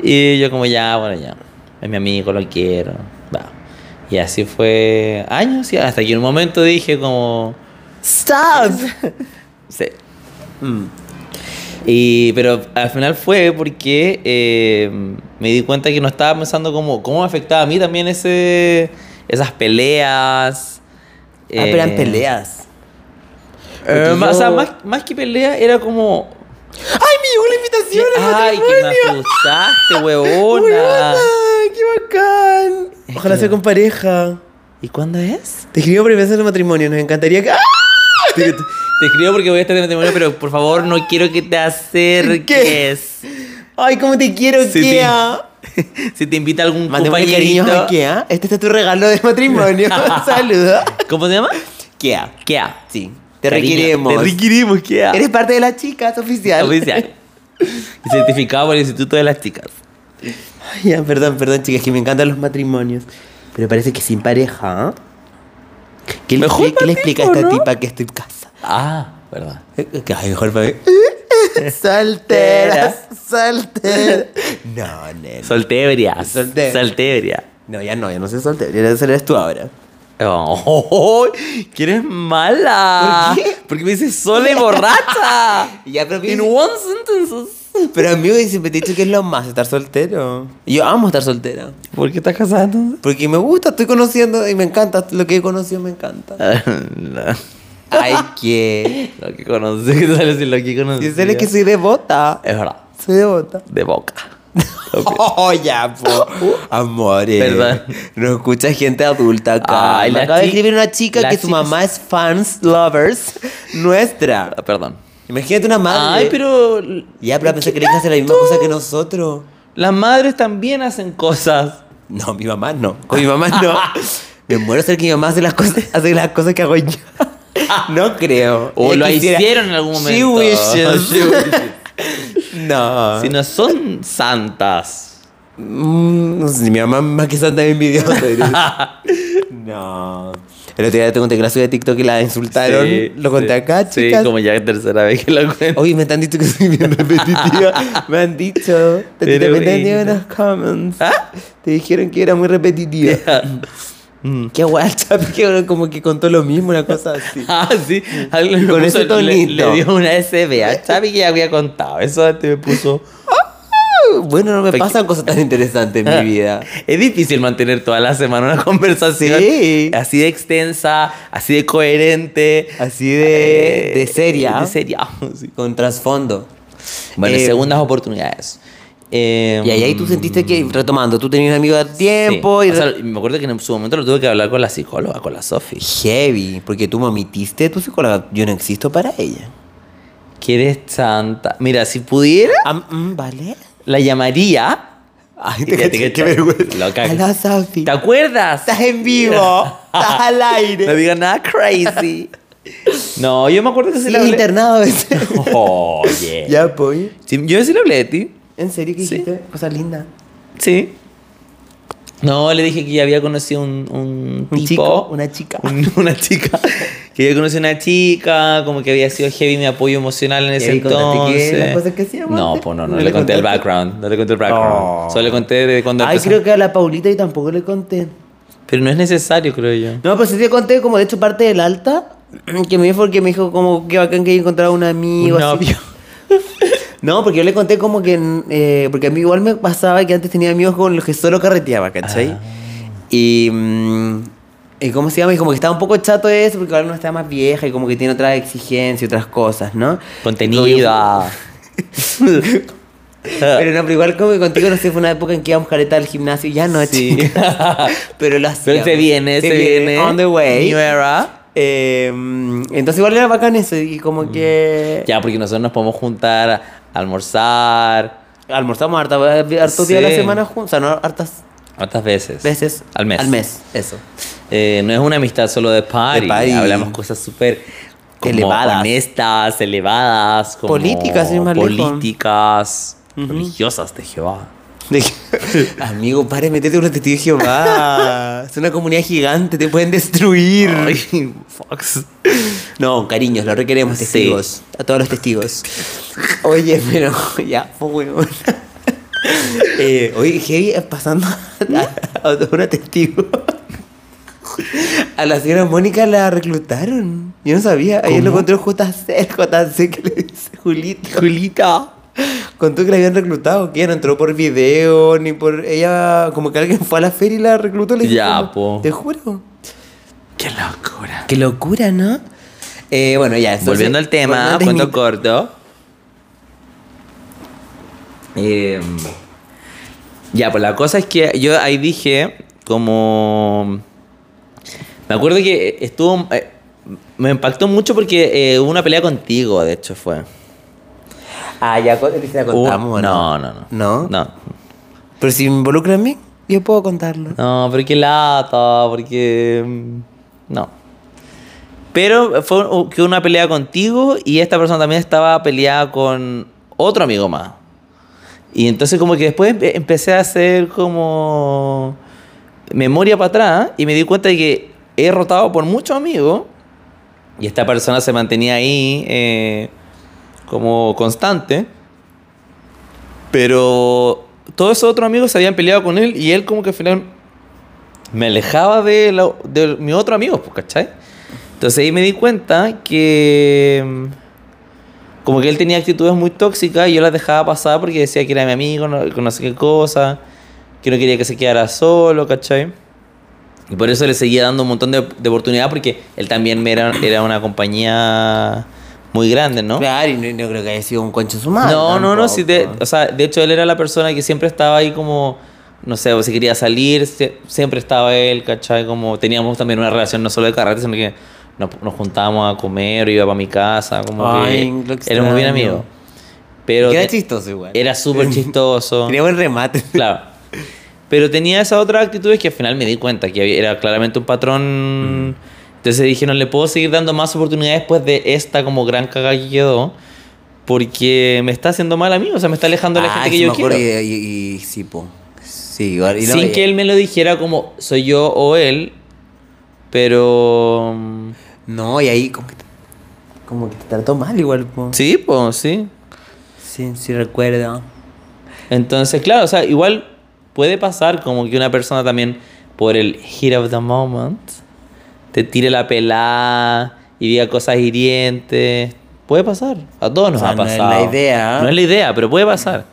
B: Y yo, como, ya, bueno, ya. Es mi amigo, lo quiero. Va. Y así fue años y hasta que en un momento dije, como.
A: ¡Stop! Mm.
B: Sí. Y, pero al final fue porque eh, me di cuenta que no estaba pensando cómo, cómo me afectaba a mí también ese, esas peleas.
A: Ah,
B: eh,
A: pero eran peleas.
B: eh,
A: Porque
B: más- o sea,
A: yo-
B: más, más que pelea era como...
A: ¡Ay, me llegó la invitación al
B: ¡Ay, que me
A: matrimonio!
B: asustaste,
A: ¡Huevona!
B: huevona!
A: ¡Qué bacán! Ojalá
B: que-
A: sea con pareja.
B: ¿Y cuándo es?
A: Te escribo para empezar el matrimonio. Nos encantaría que... ¡Ah!
B: Te, te escribo porque voy a estar de matrimonio, pero por favor no quiero que te acerques.
A: ¡Ay, cómo te quiero,
B: Sí,
A: Kea!
B: si te invita algún
A: Mandémosle
B: compañerito...
A: cariños a Kea. Este está tu regalo de matrimonio. Saludo.
B: ¿Cómo se llama?
A: Kea.
B: Kea.
A: Sí. Te
B: Cariño,
A: requeremos.
B: Te requerimos, Kea.
A: Eres parte de las chicas, oficial.
B: oficial. Y certificado por el Instituto de las Chicas.
A: Ay, ya, perdón, perdón, chicas, que me encantan los matrimonios. Pero parece que sin pareja, ¿eh? ¿Qué le,
B: Mejor
A: expli- qué le explica a esta
B: contigo, ¿no?
A: tipa que estoy casa?
B: Ah, verdad.
A: Que ay, mejor para mí. Solteras, solteras. No, nena.
B: Soltebria.
A: Solte-
B: Soltebria.
A: No, ya no, ya no soy soltera. Ya esa eres tú ahora.
B: Oh, que eres mala.
A: ¿Por qué?
B: Porque me dices sola y borracha.
A: Ya, pero,
B: In one sentences.
A: pero amigo, y siempre te he dicho que es lo más estar soltero. Y Yo amo estar soltera.
B: ¿Por qué estás casada entonces?
A: Porque me gusta, estoy conociendo y me encanta. Lo que he conocido me encanta.
B: no.
A: Ay, qué.
B: Lo que conoces, que sales de lo que conoces.
A: Yo sé que soy devota.
B: Es verdad.
A: Soy devota.
B: De boca.
A: Oh, ya, po. Amores.
B: Perdón.
A: No escucha gente adulta acá.
B: Ay,
A: Me
B: la
A: acaba de
B: chi-
A: escribir una chica
B: la
A: que su
B: chica-
A: mamá es fans lovers nuestra.
B: Ah, Perdón.
A: Imagínate una madre.
B: Ay, pero
A: Ya, pero pensé que le hacer la misma cosa que nosotros.
B: Las madres también hacen cosas.
A: No, mi mamá no. Con mi mamá no. Me muero ser que mi mamá hace las cosas, hace las cosas que hago yo. No creo.
B: O
A: Ella
B: lo
A: quisiera-
B: hicieron en algún
A: She
B: momento.
A: wishes.
B: She wishes.
A: no.
B: Si no son santas.
A: Mm, no sé, mi mamá más que santa es envidiosa. no. El otro día tengo un teclado de TikTok y la insultaron.
B: Sí,
A: lo conté
B: sí.
A: acá,
B: Sí,
A: chicas.
B: como ya es tercera vez que lo cuento.
A: Oye, me han dicho que soy bien repetitiva. me han dicho. Te, te,
B: Pero
A: me han dicho en
B: bueno.
A: los comments.
B: ¿Ah?
A: Te dijeron que era muy repetitiva. Mm. Qué guacha, que como que contó lo mismo, una cosa así.
B: Ah, sí. Alguien me
A: Mm. Con ese
B: le-
A: tonito.
B: Le, dio una SB a Chavi que ya había contado. Eso antes me puso.
A: Bueno, no me pasan cosas tan interesantes en mi vida.
B: Es difícil mantener toda la semana una conversación
A: Sí.
B: así de extensa, así de coherente,
A: Así de,
B: eh,
A: de seria.
B: De seria. sí.
A: Con trasfondo.
B: Bueno,
A: Eh,
B: segundas oportunidades. Eh,
A: Y ahí, ahí tú sentiste que, retomando, tú tenías un amigo de
B: sí.
A: tiempo y
B: O sea, me acuerdo que en su momento lo tuve que hablar con la psicóloga, con la Sofi.
A: Heavy, porque tú mamitiste tu psicóloga. Yo no existo para ella.
B: ¿Quieres santa? Mira, si pudiera,
A: Ah, mm, vale.
B: la llamaría.
A: Ay,
B: te caché, qué vergüenza.
A: Loca.
B: A la
A: Safi.
B: ¿Te acuerdas?
A: Estás en vivo. Estás al
B: No
A: aire.
B: digas nada crazy. No, yo me acuerdo que sí,
A: Sí,
B: le hablé.
A: internado a veces.
B: Oye.
A: ya, pues.
B: Sí, yo sí le hablé de ti.
A: ¿En serio que
B: Sí.
A: dijiste? Cosas lindas.
B: Sí. No, le dije que ya había conocido un, un, tipo,
A: Un chico, una chica.
B: un- una chica. Que yo conocí una chica, como que había sido heavy mi apoyo emocional en ese
A: ahí contaste que
B: entonces.
A: las cosas que hacíamos
B: no,
A: antes.
B: pues no, no,
A: ¿No
B: le,
A: le
B: conté el
A: contaste?
B: background. No le conté el background.
A: Oh.
B: Solo le conté de cuando
A: Ay,
B: empezó.
A: creo que a la Paulita y tampoco le conté.
B: Pero no es necesario, creo yo.
A: No, pero sí te conté como de hecho parte del alta. Que me dijo porque me dijo como que bacán que haya encontrado un amigo.
B: Un
A: así.
B: novio.
A: No, porque yo le conté como que. eh, porque a mí igual me pasaba que antes tenía amigos con los que solo carreteaba,
B: Ah.
A: ¿cachai? Y. mm, y ¿Cómo se llama? Y como que estaba un poco chato de eso, porque ahora uno está más vieja y como que tiene otras exigencias y otras cosas, ¿no?
B: Contenida.
A: Pero no, pero igual como que contigo, no sé, fue una época en que íbamos careta al gimnasio, ya no,
B: Sí.
A: chicas. Pero lo hacíamos.
B: Pero se viene, se, viene.
A: On the way.
B: New era.
A: Eh, entonces igual era bacán eso y como que
B: Mm. Ya, porque nosotros nos podemos juntar a almorzar
A: almorzamos harta, hartos días de la
B: Sí.
A: semana juntos, o sea, no hartas
B: otras veces.
A: veces
B: Al mes.
A: Al mes, eso.
B: Eh, no es una amistad solo de party.
A: De party.
B: Hablamos cosas súper como
A: Elevadas.
B: honestas, elevadas. como
A: Políticas, sin ir más lejos.
B: Políticas, religiosas de Jehová.
A: Amigo, pare, metete unos testigos de Jehová. es una comunidad gigante, te pueden destruir.
B: Ay, Fox.
A: No, cariños, lo requeremos
B: Sí.
A: testigos. A todos los testigos. Oye, pero ya, pues, fue huevón. Eh, oye, Heavy, pasando a, a una testigo. A la señora Mónica la reclutaron. Yo no sabía. Ayer lo
B: ¿Cómo?
A: encontró JC, JC que le dice Julito.
B: Julita.
A: Contó que la habían reclutado, que ella no entró por video, ni por. Ella, como que alguien fue a la feria y la reclutó. Le dijo,
B: Ya,
A: como,
B: po.
A: Te juro.
B: Qué locura.
A: Qué locura, ¿no? Eh, bueno, ya. entonces-
B: Volviendo al tema,
A: volviendo al
B: cuento
A: temita.
B: corto. Eh, ya, pues la cosa es que yo ahí dije, como. Me acuerdo que estuvo. eh, me impactó mucho porque eh, hubo una pelea contigo, de hecho, fue.
A: Ah, ya co- te la contamos,
B: Hubo- no,
A: ¿no?
B: Uh, no, no.
A: ¿No?
B: No.
A: Pero si me involucra a mí, yo puedo contarlo.
B: No, pero qué lata, porque. mm, No. Pero fue u- que una pelea contigo y esta persona también estaba peleada con otro amigo más. Y entonces, como que después empe- empecé a hacer como. memoria para atrás y me di cuenta de que he rotado por muchos amigos y esta persona se mantenía ahí eh, como constante. Pero todos esos otros amigos se habían peleado con él y él como que al final me alejaba de, la- de mi otro amigo, pues, ¿cachai? Entonces ahí me di cuenta que mm, como que él tenía actitudes muy tóxicas y yo las dejaba pasar porque decía que era mi amigo, no, que no sé qué cosa, que no quería que se quedara solo, ¿cachai? Y por eso le seguía dando un montón de, de oportunidades porque él también me era, era una compañía muy grande, ¿no?
A: Claro, y no, y no creo que haya sido un concho su madre.
B: No, no, no, sí, de,
A: tampoco.
B: o sea, de hecho él era la persona que siempre estaba ahí como, no sé, o si quería salir, sie- siempre estaba él, ¿cachai? Como teníamos también una relación no solo de carrete, sino que nos, nos juntábamos a comer, iba para mi casa, como
A: Ay, lo
B: que éramos bien
A: extraño.
B: amigos. Pero
A: Que era
B: te-
A: chistoso igual.
B: era súper chistoso.
A: Tenía buen remate.
B: Claro. Pero tenía esas otras actitudes que al final me di cuenta que había- era claramente un patrón.
A: Mm.
B: Entonces dije, no le puedo seguir dando más oportunidades después de esta como gran cagada que quedó. Porque me está haciendo mal a mí, o sea, me está alejando a la gente
A: Ah, sí
B: que
A: me
B: yo
A: acuerdo
B: quiero.
A: Y, y- y- sí, po. Sí, igual. y no-
B: Sin que él me lo dijera como soy yo o él, pero... mm,
A: No, y ahí como que, como que te trató mal igual, po.
B: Sí, pues, sí.
A: Sí, sí recuerdo.
B: Entonces, claro, o sea, igual puede pasar como que una persona también por el hit of the moment te tire la pelada y diga cosas hirientes. Puede pasar. A todos nos
A: O sea,
B: ha
A: no es
B: pasado.
A: la idea.
B: No es la idea, pero puede pasar.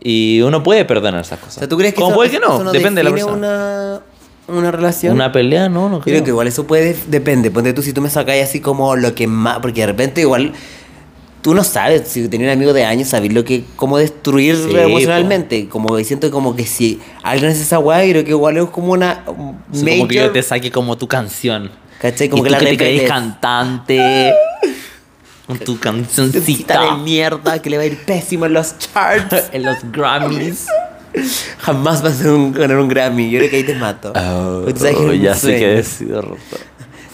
B: Y uno puede perdonar esas cosas.
A: O sea, ¿tú crees que
B: Como
A: eso,
B: puede que no,
A: eso
B: depende de la
A: define
B: persona.
A: Una, una relación?
B: Una, pelea, no, no
A: Yo
B: creo.
A: creo que igual eso puede, depende. Ponte tú, si tú me sacáis así como lo que más. Porque de repente igual. Tú no sabes, si tenías un amigo de años, sabes lo que, cómo destruir
B: Sí,
A: emocionalmente. Como que siento como que si alguien hace esa weá, creo que igual es como una. un
B: O sea, Como que yo
A: major-
B: te saque como tu canción.
A: ¿Cachai? Como
B: y
A: que
B: tú
A: la
B: que te crees
A: repetes. Ah.
B: cantante. con tu
A: Cita de
B: cancioncita.
A: mierda que le va a ir pésimo en los charts.
B: en los Grammys.
A: Jamás vas a un- ganar un Grammy. Yo creo que ahí te mato. Porque tú sabes Pues que es un
B: Oh, ya sé
A: sueño.
B: que decido roto.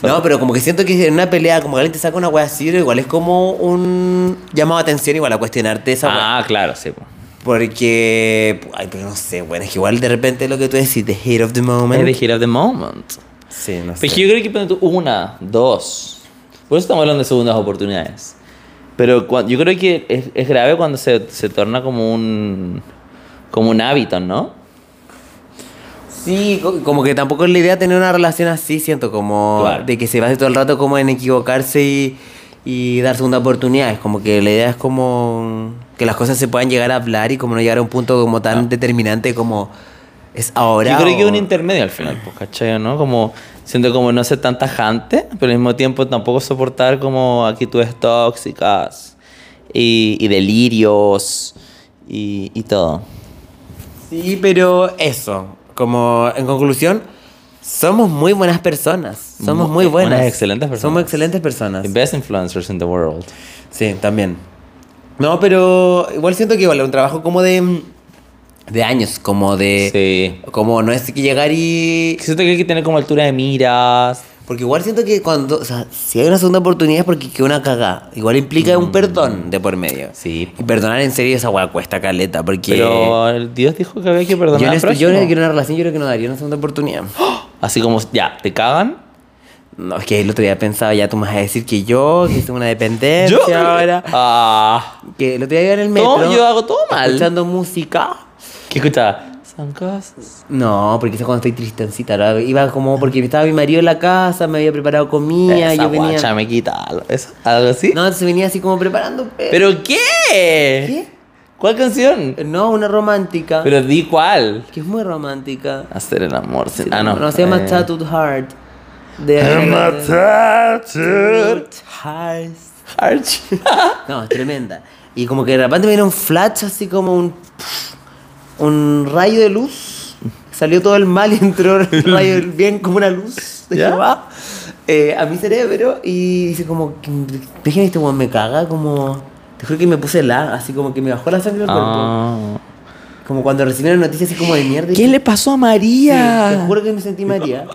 A: No, pero como que siento que en una pelea, como que alguien te saca una wea así, pero igual es como un llamado de atención igual a cuestionarte esa wea.
B: Ah, claro, sí. po.
A: Porque, ay, pero no sé, bueno, es que igual de repente lo que tú decís, the hit of the
B: Es
A: moment.
B: the hit of the moment.
A: Sí, no
B: Pero
A: sé.
B: yo creo que ponte tú, una, dos. Por eso estamos hablando de segundas oportunidades. Pero cua- yo creo que es, es grave cuando se, se torna como un como un hábito, ¿no?
A: Sí, co- como que tampoco es la idea tener una relación así, siento, como
B: Claro.
A: de que se base todo el rato como en equivocarse y, y dar segunda oportunidad. Es como que la idea es como que las cosas se puedan llegar a hablar y como no llegar a un punto como tan determinante como es ahora.
B: Ah. Yo creo que
A: o-
B: es un intermedio al final, pues, ¿cachai? ¿No? Como siento como no ser tan tajante, pero al mismo tiempo tampoco soportar como actitudes tóxicas y, y delirios y, y todo.
A: Sí, pero eso, como en conclusión, somos muy buenas personas. Somos
B: Mu-
A: muy buenas.
B: buenas, excelentes personas.
A: Somos excelentes personas.
B: The best influencers in the world.
A: Sí, también. No, pero igual siento que igual es un trabajo como de de años, como de
B: Sí.
A: como no es que llegar y
B: Siento que hay que tener como altura de miras.
A: porque igual siento que cuando, o sea, si hay una segunda oportunidad es porque quedó una cagada. Igual implica un perdón de por medio.
B: Mm. Sí.
A: Y perdonar en serio esa hueá cuesta caleta, porque
B: Pero el Dios dijo que había que perdonar
A: yo, en
B: al
A: esto- yo
B: prójimo.
A: en una relación yo creo que no daría una segunda oportunidad.
B: Así como, ya, te cagan.
A: No, es que el otro día pensaba, ya tú me vas a decir que yo, que tengo una dependencia ahora.
B: Ah.
A: Que el otro día iba en el metro.
B: Todo, yo hago todo mal.
A: Escuchando música.
B: ¿Qué escuchaba? Son cosas.
A: No, porque eso es cuando estoy tristancita. ahora Iba como porque estaba mi marido en la casa, me había preparado comida,
B: Esa
A: yo venía.
B: guacha me quita algo, eso, algo así.
A: No, se venía así como preparando. Pero,
B: ¿Pero qué? ¿Qué? ¿Cuál canción?
A: no, una romántica.
B: Pero di cuál.
A: que es muy romántica.
B: Hacer el amor. sin- Ah, no.
A: se llama
B: eh,
A: Tattooed Heart. De
B: Tattooed
A: Tattooed Heart.
B: Heart. Ah.
A: No, es tremenda. Y como que de repente me viene un flash, así como un. Un rayo de luz. Salió todo el mal y entró el rayo del bien como una luz de
B: ¿Ya?
A: Jehová eh, a mi cerebro. Y dice como. Déjenme este weón me caga, como. Te juro que me puse la, así como que me bajó la sangre del cuerpo.
B: Ah.
A: Como cuando recibieron noticias así como de mierda. y
B: ¿Qué le pasó a María?
A: Sí, te juro que me sentí María.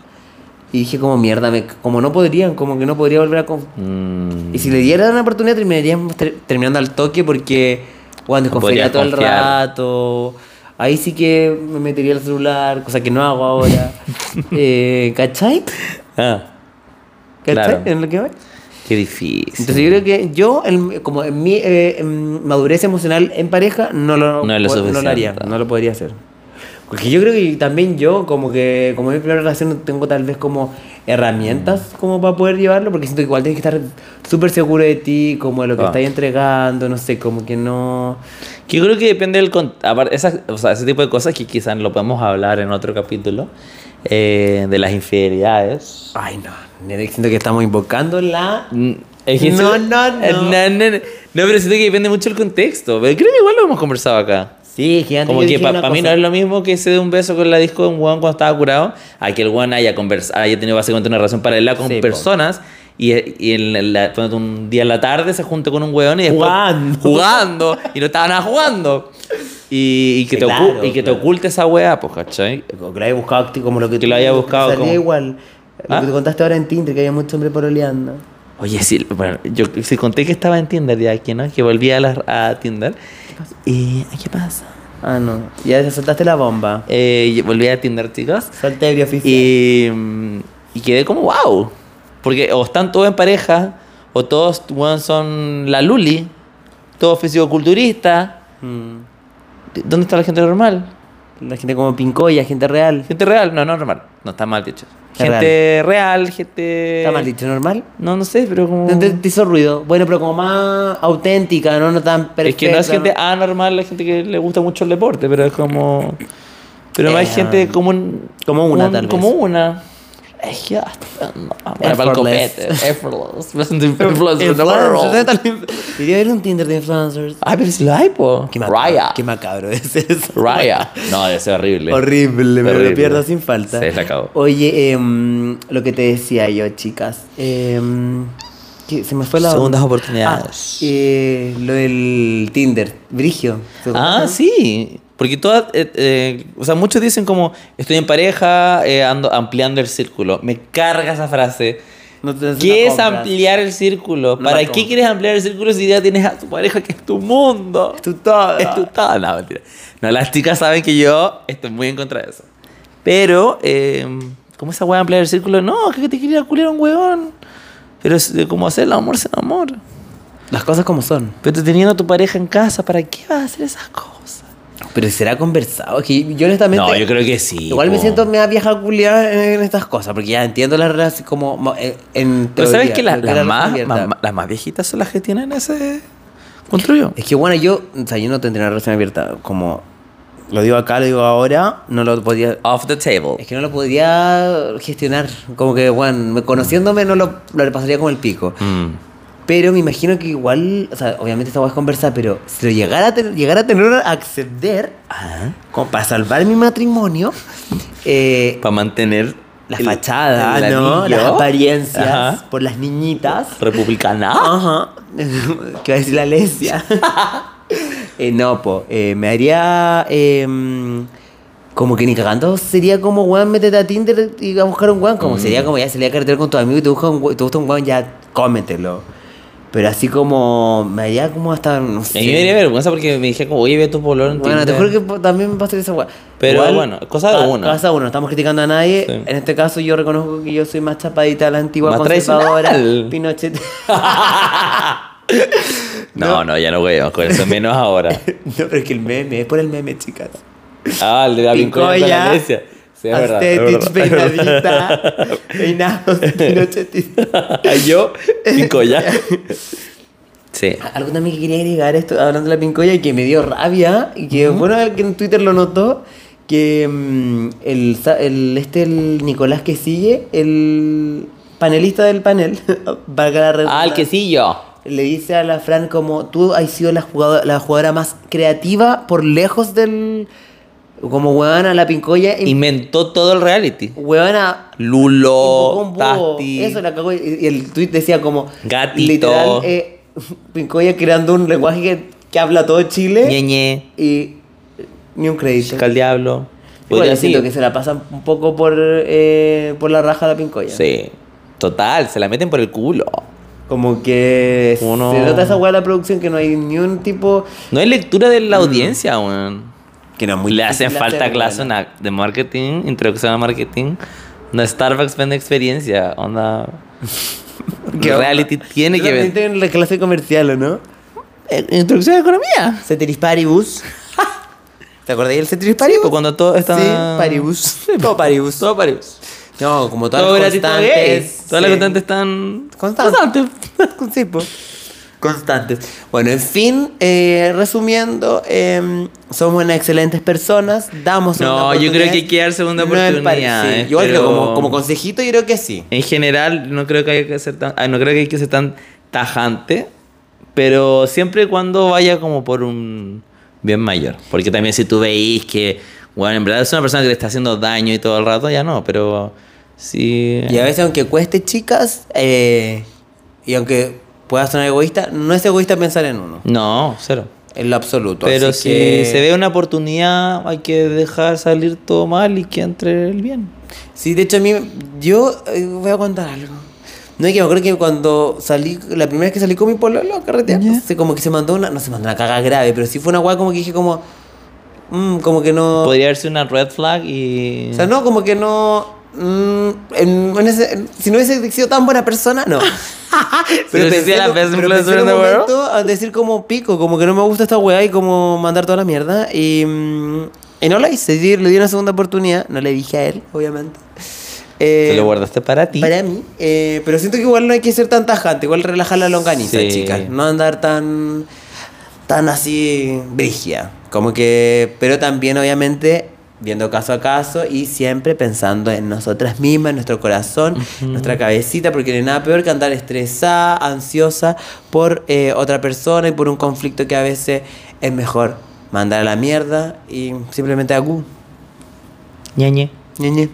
A: Y dije como mierda, me- como no podrían, como que no podría volver a... con-
B: Mm,
A: Y si le dieran una oportunidad terminaríamos ter- terminando al toque porque, bueno, desconfiaría
B: podrías
A: todo el
B: confiar.
A: rato. Ahí sí que me metería el celular, cosa que no hago ahora. eh, ¿Cachai?
B: ah,
A: ¿Cachai?
B: Claro.
A: En lo que voy.
B: qué difícil.
A: Entonces yo creo que yo, en- como en mi eh, en madurez emocional en pareja, no lo,
B: No es lo
A: po- no
B: suficiente.
A: haría, no lo podría hacer. Porque yo creo que también yo, como que como en mi primera relación, no tengo tal vez como
B: Mm.
A: herramientas como para poder llevarlo, porque siento que igual tienes que estar súper seguro de ti, como de lo que
B: Ah.
A: estás entregando, no sé, como que no...
B: Que Yo creo que depende del... con- aparte, esas- o sea, ese tipo de cosas que quizás lo podemos hablar en otro capítulo, eh, de las infidelidades.
A: Ay, no, nene, siento que estamos invocando la...
B: Mm, es que-
A: No, no, no.
B: Eh, no, no, no. No, pero siento que depende mucho el contexto. Pero creo que igual lo hemos conversado acá.
A: Sí, gigante.
B: Como
A: yo
B: que
A: dije
B: para
A: una
B: mí no
A: cosa.
B: es lo mismo que se dé un beso con la disco de un weón cuando estaba curado, a que el weón haya, convers- haya tenido básicamente una relación paralela con
A: Sí, po.
B: personas y, y en la- ponte un día en la tarde se juntó con un weón y después
A: Jugando.
B: jugando, y no estaban nada jugando. Y, y que,
A: Sí,
B: te, ocu-
A: claro,
B: y que te
A: claro.
B: oculte esa weá, pues, ¿cachai?
A: Como que lo haya buscado acti- como lo que,
B: Que lo haya buscado
A: salía
B: como-
A: igual. Lo
B: ¿Ah?
A: que te contaste ahora en Tinder, que había mucho hombre poroleando.
B: Oye, sí, bueno, yo sí conté que estaba en Tinder ya aquí, ¿no? Que volví a, la- a Tinder. ¿Y qué pasa?
A: Ah, no. Ya te soltaste la bomba.
B: Eh, y volví a Tinder, chicos.
A: Solterio oficial.
B: Y, mm, y quedé como wow. Porque o están todos en pareja, o todos weón, son la Luli, todos fisicoculturistas.
A: Mm.
B: ¿Dónde está la gente normal?
A: La gente como Pincoya, gente real.
B: Gente real, no, no normal. No, está mal dicho.
A: Está
B: Gente real, gente.
A: Está mal dicho, normal.
B: No, no sé, pero como.
A: No te, te hizo ruido. Bueno, pero como más auténtica, no, no tan perfecta.
B: es que no es gente
A: ¿no?
B: anormal, la gente que le gusta mucho el deporte, pero es como. Pero más
A: Eh,
B: gente común.
A: como una, tal vez.
B: Como una. Es que. No, bueno, para el
A: Effortless.
B: copete. Effortless. Present influencer in the world.
A: Debería haber un Tinder de influencers.
B: Ay, pero si lo hay, po.
A: Qué macabro,
B: Raya.
A: Qué macabro es eso.
B: Raya. No, debe ser horrible.
A: Horrible, me
B: Horrible.
A: lo pierdo sin falta.
B: Sí, se acabó.
A: Oye, em, lo que te decía yo, chicas. em, que se me fue la.
B: Segundas oportunidades.
A: Ah, eh, lo del Tinder, Brigio. ¿te
B: Ah,
A: acuerdas?
B: sí. Porque todas, eh, eh, o sea, muchos dicen como, estoy en pareja, eh, ando ampliando el círculo. Me carga esa frase.
A: No te- no
B: ¿Qué es
A: compras.
B: ampliar el círculo?
A: No
B: ¿Para
A: la
B: qué
A: compras.
B: quieres ampliar el círculo si ya tienes a tu pareja que es tu mundo?
A: Tu todo.
B: Es tu todo. No, mentira. No, las chicas saben que yo estoy muy en contra de eso. Pero, eh, ¿cómo esa weá ampliar el círculo? No, que te quería culiar a un weón. Pero es de cómo hacer el amor sin amor.
A: Las cosas como son.
B: Pero teniendo a tu pareja en casa, ¿para qué vas a hacer esas cosas?
A: Pero será conversado. Es que yo honestamente.
B: No, yo creo que sí.
A: Igual me
B: po.
A: siento media vieja culiada en, en estas cosas, porque ya entiendo las relaciones como. mo- eh, En
B: Pero sabes
A: teoría,
B: que la-
A: lo
B: las
A: es la
B: más,
A: relación abierta.
B: más- las más viejitas son las que tienen ese construyo.
A: Es que bueno, yo, o sea, yo no tendría una relación abierta. Como lo digo acá, lo digo ahora, no lo podía.
B: Off the table.
A: Es que no lo podía gestionar. Como que, bueno, me- conociéndome no lo, lo pasaría como el pico.
B: Mm.
A: Pero me imagino que igual, o sea, obviamente esta voy a conversar, pero si lo llegara a, ten- llegara a tener a acceder,
B: Ah.
A: como para salvar mi matrimonio, eh,
B: Para mantener
A: la
B: el-
A: fachada,
B: el
A: ¿no?
B: anillo.
A: Las apariencias
B: Ajá.
A: por las niñitas.
B: Republicana.
A: Ajá. ¿Qué va a decir la Alesia? Eh, no, po. eh, me haría. eh, mm, como que ni cagando sería como, weón, métete a Tinder y a buscar un weón. Como
B: Mm.
A: sería como ya salir a carretera con tu amigo y te, busca un we- te gusta un weón, ya cómetelo. Pero así como. Me haría como hasta. No
B: A mí me
A: sé.
B: daría vergüenza porque me dije como, oye, ve tu pololo en
A: Bueno, te
B: Tinder.
A: juro que po- también me va a ser esa weá.
B: Pero bueno, cosa de
A: ca-
B: uno.
A: Cosa de uno, no estamos criticando a nadie.
B: Sí.
A: En este caso, yo reconozco que yo soy más chapadita a la antigua
B: Más
A: conservadora.
B: tradicional.
A: Pinochet.
B: No, no, ya no voy con eso, menos ahora.
A: No, pero es que el meme, es por el meme, chicas.
B: Ah, el de la vincular con la
A: Pincoya,
B: iglesia. Sí, es verdad. es
A: Astetich,
B: verdad, es verdad.
A: peinadita, peinados, pinochetistas.
B: Yo, Pincoya. Sí.
A: Algo también que quería agregar esto, hablando de la pincoya, y que me dio rabia, y que bueno, que en Twitter lo notó, que mm, el, sa- el- este, el Nicolás que sigue, el panelista del panel, valga la
B: Ah, el
A: redundancia,
B: que sí yo.
A: le dice a la Fran como tú has sido la jugadora, la jugadora más creativa por lejos del... Como huevana la pincoya y
B: Inventó todo el reality.
A: Huevona. invocó
B: Lulo,
A: un búho.
B: Tasti.
A: Eso la cagó. Y y el tweet decía como.
B: Gatito.
A: Literal, eh, Pincoya creando un lenguaje que, que habla todo Chile.
B: Ñeñe,
A: Y. eh, Ni un crédito.
B: Chica el Diablo.
A: Igual
B: Podría
A: yo siento
B: sí.
A: que se la pasan un poco por, eh, por la raja de la Pincoya.
B: Sí. Total, se la meten por el culo.
A: Como que.
B: Uno-
A: Se nota esa hueá de la producción que no hay ni un tipo.
B: No hay lectura de la audiencia, weón.
A: Que no
B: Le hacen falta clases en- de marketing, introducción a marketing. Onda Starbucks vende experiencia. Onda.
A: ¿Qué onda?
B: reality tiene que ver.
A: en la clase comercial, ¿o no?
B: Eh, Introducción a economía.
A: Ceteris Paribus. ¿Te acordáis del Ceteris Paribus?
B: Pues Cuando todo está. pues.
A: Sí, paribus. Todo paribus.
B: Todo paribus.
A: No, como todas
B: Todo
A: las
B: gratis, todo gay.
A: constantes.
B: Todas las
A: sí.
B: constantes están.
A: Constantes. Sí, po. Constantes. Bueno, en fin, eh, resumiendo, eh, somos unas excelentes personas, damos
B: No,
A: una
B: yo
A: oportunidad.
B: creo que hay que dar segunda
A: No me parece,
B: oportunidad, eh,
A: Yo creo
B: pero-
A: como, como consejito, yo creo que sí.
B: En general, no creo que haya que ser tan, ah, no creo que hay que ser tan tajante, pero siempre y cuando vaya como por un bien mayor. Porque también si tú veis que, bueno, en verdad es una persona que le está haciendo daño y todo el rato, ya no, pero sí...
A: Y a veces, aunque cueste, chicas, eh, y aunque pueda sonar egoísta, no es egoísta pensar en uno,
B: No, cero.
A: en lo absoluto.
B: Pero
A: así
B: si
A: que-
B: se ve una oportunidad, hay que dejar salir todo mal y que entre el bien.
A: Sí, de hecho a mí, yo eh, voy a contar algo. No es que me acuerdo que cuando salí, la primera vez que salí con mi pololo a carretear,
B: Ya.
A: se- como que se mandó una, no se mandó una caga grave, pero sí fue una guay como que dije como, mm, como que no,
B: Podría haberse una red flag y...
A: o sea, no, como que no, mm, en- en ese- en- si no hubiese sido tan buena persona, no.
B: hubiese
A: pensé
B: sido la
A: en un-
B: best
A: pero
B: influencer
A: pensé
B: in
A: en un
B: the world.
A: momento a decir como pico, como que no me gusta esta weá y como mandar toda la mierda y... mm, Y no lo hice. Yo le di una segunda oportunidad. No le dije a él, obviamente. Eh,
B: Te lo guardaste para ti.
A: Para mí. eh, pero siento que igual no hay que ser tan tajante. Igual relajar la longaniza,
B: Sí.
A: chicas. No andar tan. tan así. brigia. Como que. Pero también, obviamente. Viendo caso a caso y siempre pensando en nosotras mismas, en nuestro corazón, nuestra cabecita, porque no hay nada peor que andar estresada, ansiosa por eh, otra persona y por un conflicto que a veces es mejor mandar a la mierda y simplemente agu,
B: Ñañe.
A: ñeñe.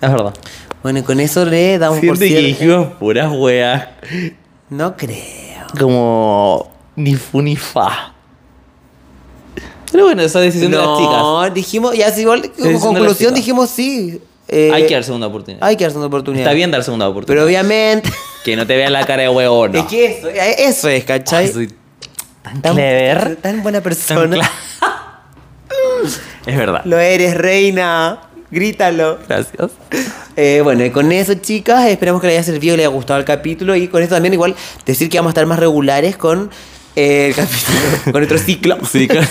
B: Es verdad.
A: Bueno, y con eso le damos por
B: Siento que
A: cierre.
B: dijimos puras weas.
A: No creo.
B: Como. Ni fu ni fa. Pero bueno, esa decisión de las chicas.
A: No, dijimos, ya si igual
B: diciendo
A: como
B: las
A: conclusión
B: chicas.
A: dijimos sí. eh,
B: hay que dar segunda oportunidad.
A: Hay que darse una oportunidad.
B: Está bien dar segunda
A: Pero
B: oportunidad.
A: obviamente.
B: Que no te vean la cara de huevón.
A: Es que eso, eh, eso es, ¿cachai?
B: Soy tan clever.
A: tan buena
B: Tan
A: persona.
B: cla- es verdad.
A: Lo eres, reina. Grítalo.
B: Gracias.
A: Eh, bueno, y con eso, chicas, esperamos que les haya servido, les haya gustado el capítulo. Y con eso también, igual, decir que vamos a estar más regulares con eh, el capítulo, con nuestro ciclo.
B: Sí, que,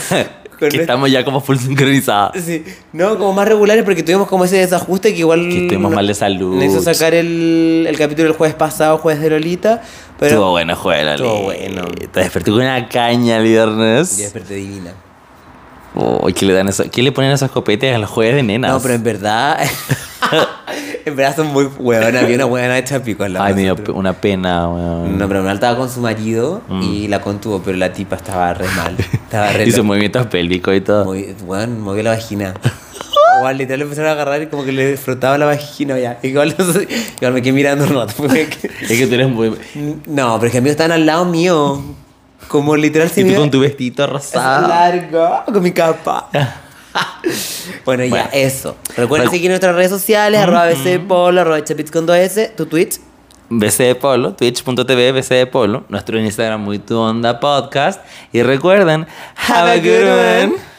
A: Con este-
B: que estamos ya como full sincronizadas.
A: Sí, no, como más regulares porque tuvimos como ese desajuste que igual.
B: Que estuvimos mal de salud.
A: Nos hizo sacar el, el capítulo el jueves pasado, jueves de Lolita. Pero.
B: Estuvo bueno, juega
A: Estuvo bueno.
B: Te desperté con una caña el
A: Ya
B: viernes.
A: desperté divina.
B: Uy, ¿qué, le dan eso? ¿Qué le ponen esos copetes a los jueves de nenas?
A: No, pero en verdad. en verdad son muy huevonas. Había una huevona hecha pico en la
B: Ay, me dio
A: mesa,
B: pe- una pena,
A: pero-
B: weón.
A: No, pero una estaba con su marido
B: Mm.
A: y la contuvo, pero la tipa estaba re mal. Estaba re
B: Hizo
A: loca.
B: movimientos pélvicos y todo.
A: Movi- weón, movió la vagina. Igual literal le empezaron a agarrar y como que le frotaba la vagina ya. Igual, igual me quedé mirando un rato. porque-
B: Es que tú eres muy.
A: No, pero es que amigos estaban al lado mío. Como literal se
B: Y
A: me
B: tú
A: iba-
B: con tu vestido
A: es
B: rosado.
A: largo con mi capa. bueno, ya,
B: Bueno.
A: eso. Recuerden
B: Recu-
A: seguir nuestras redes sociales, arroba bcpolo, arroba chapitz con 2S, tu Twitch.
B: BC de Polo, twitch.tv BC de Polo, nuestro Instagram muy tu onda podcast. Y recuerden, have a good one.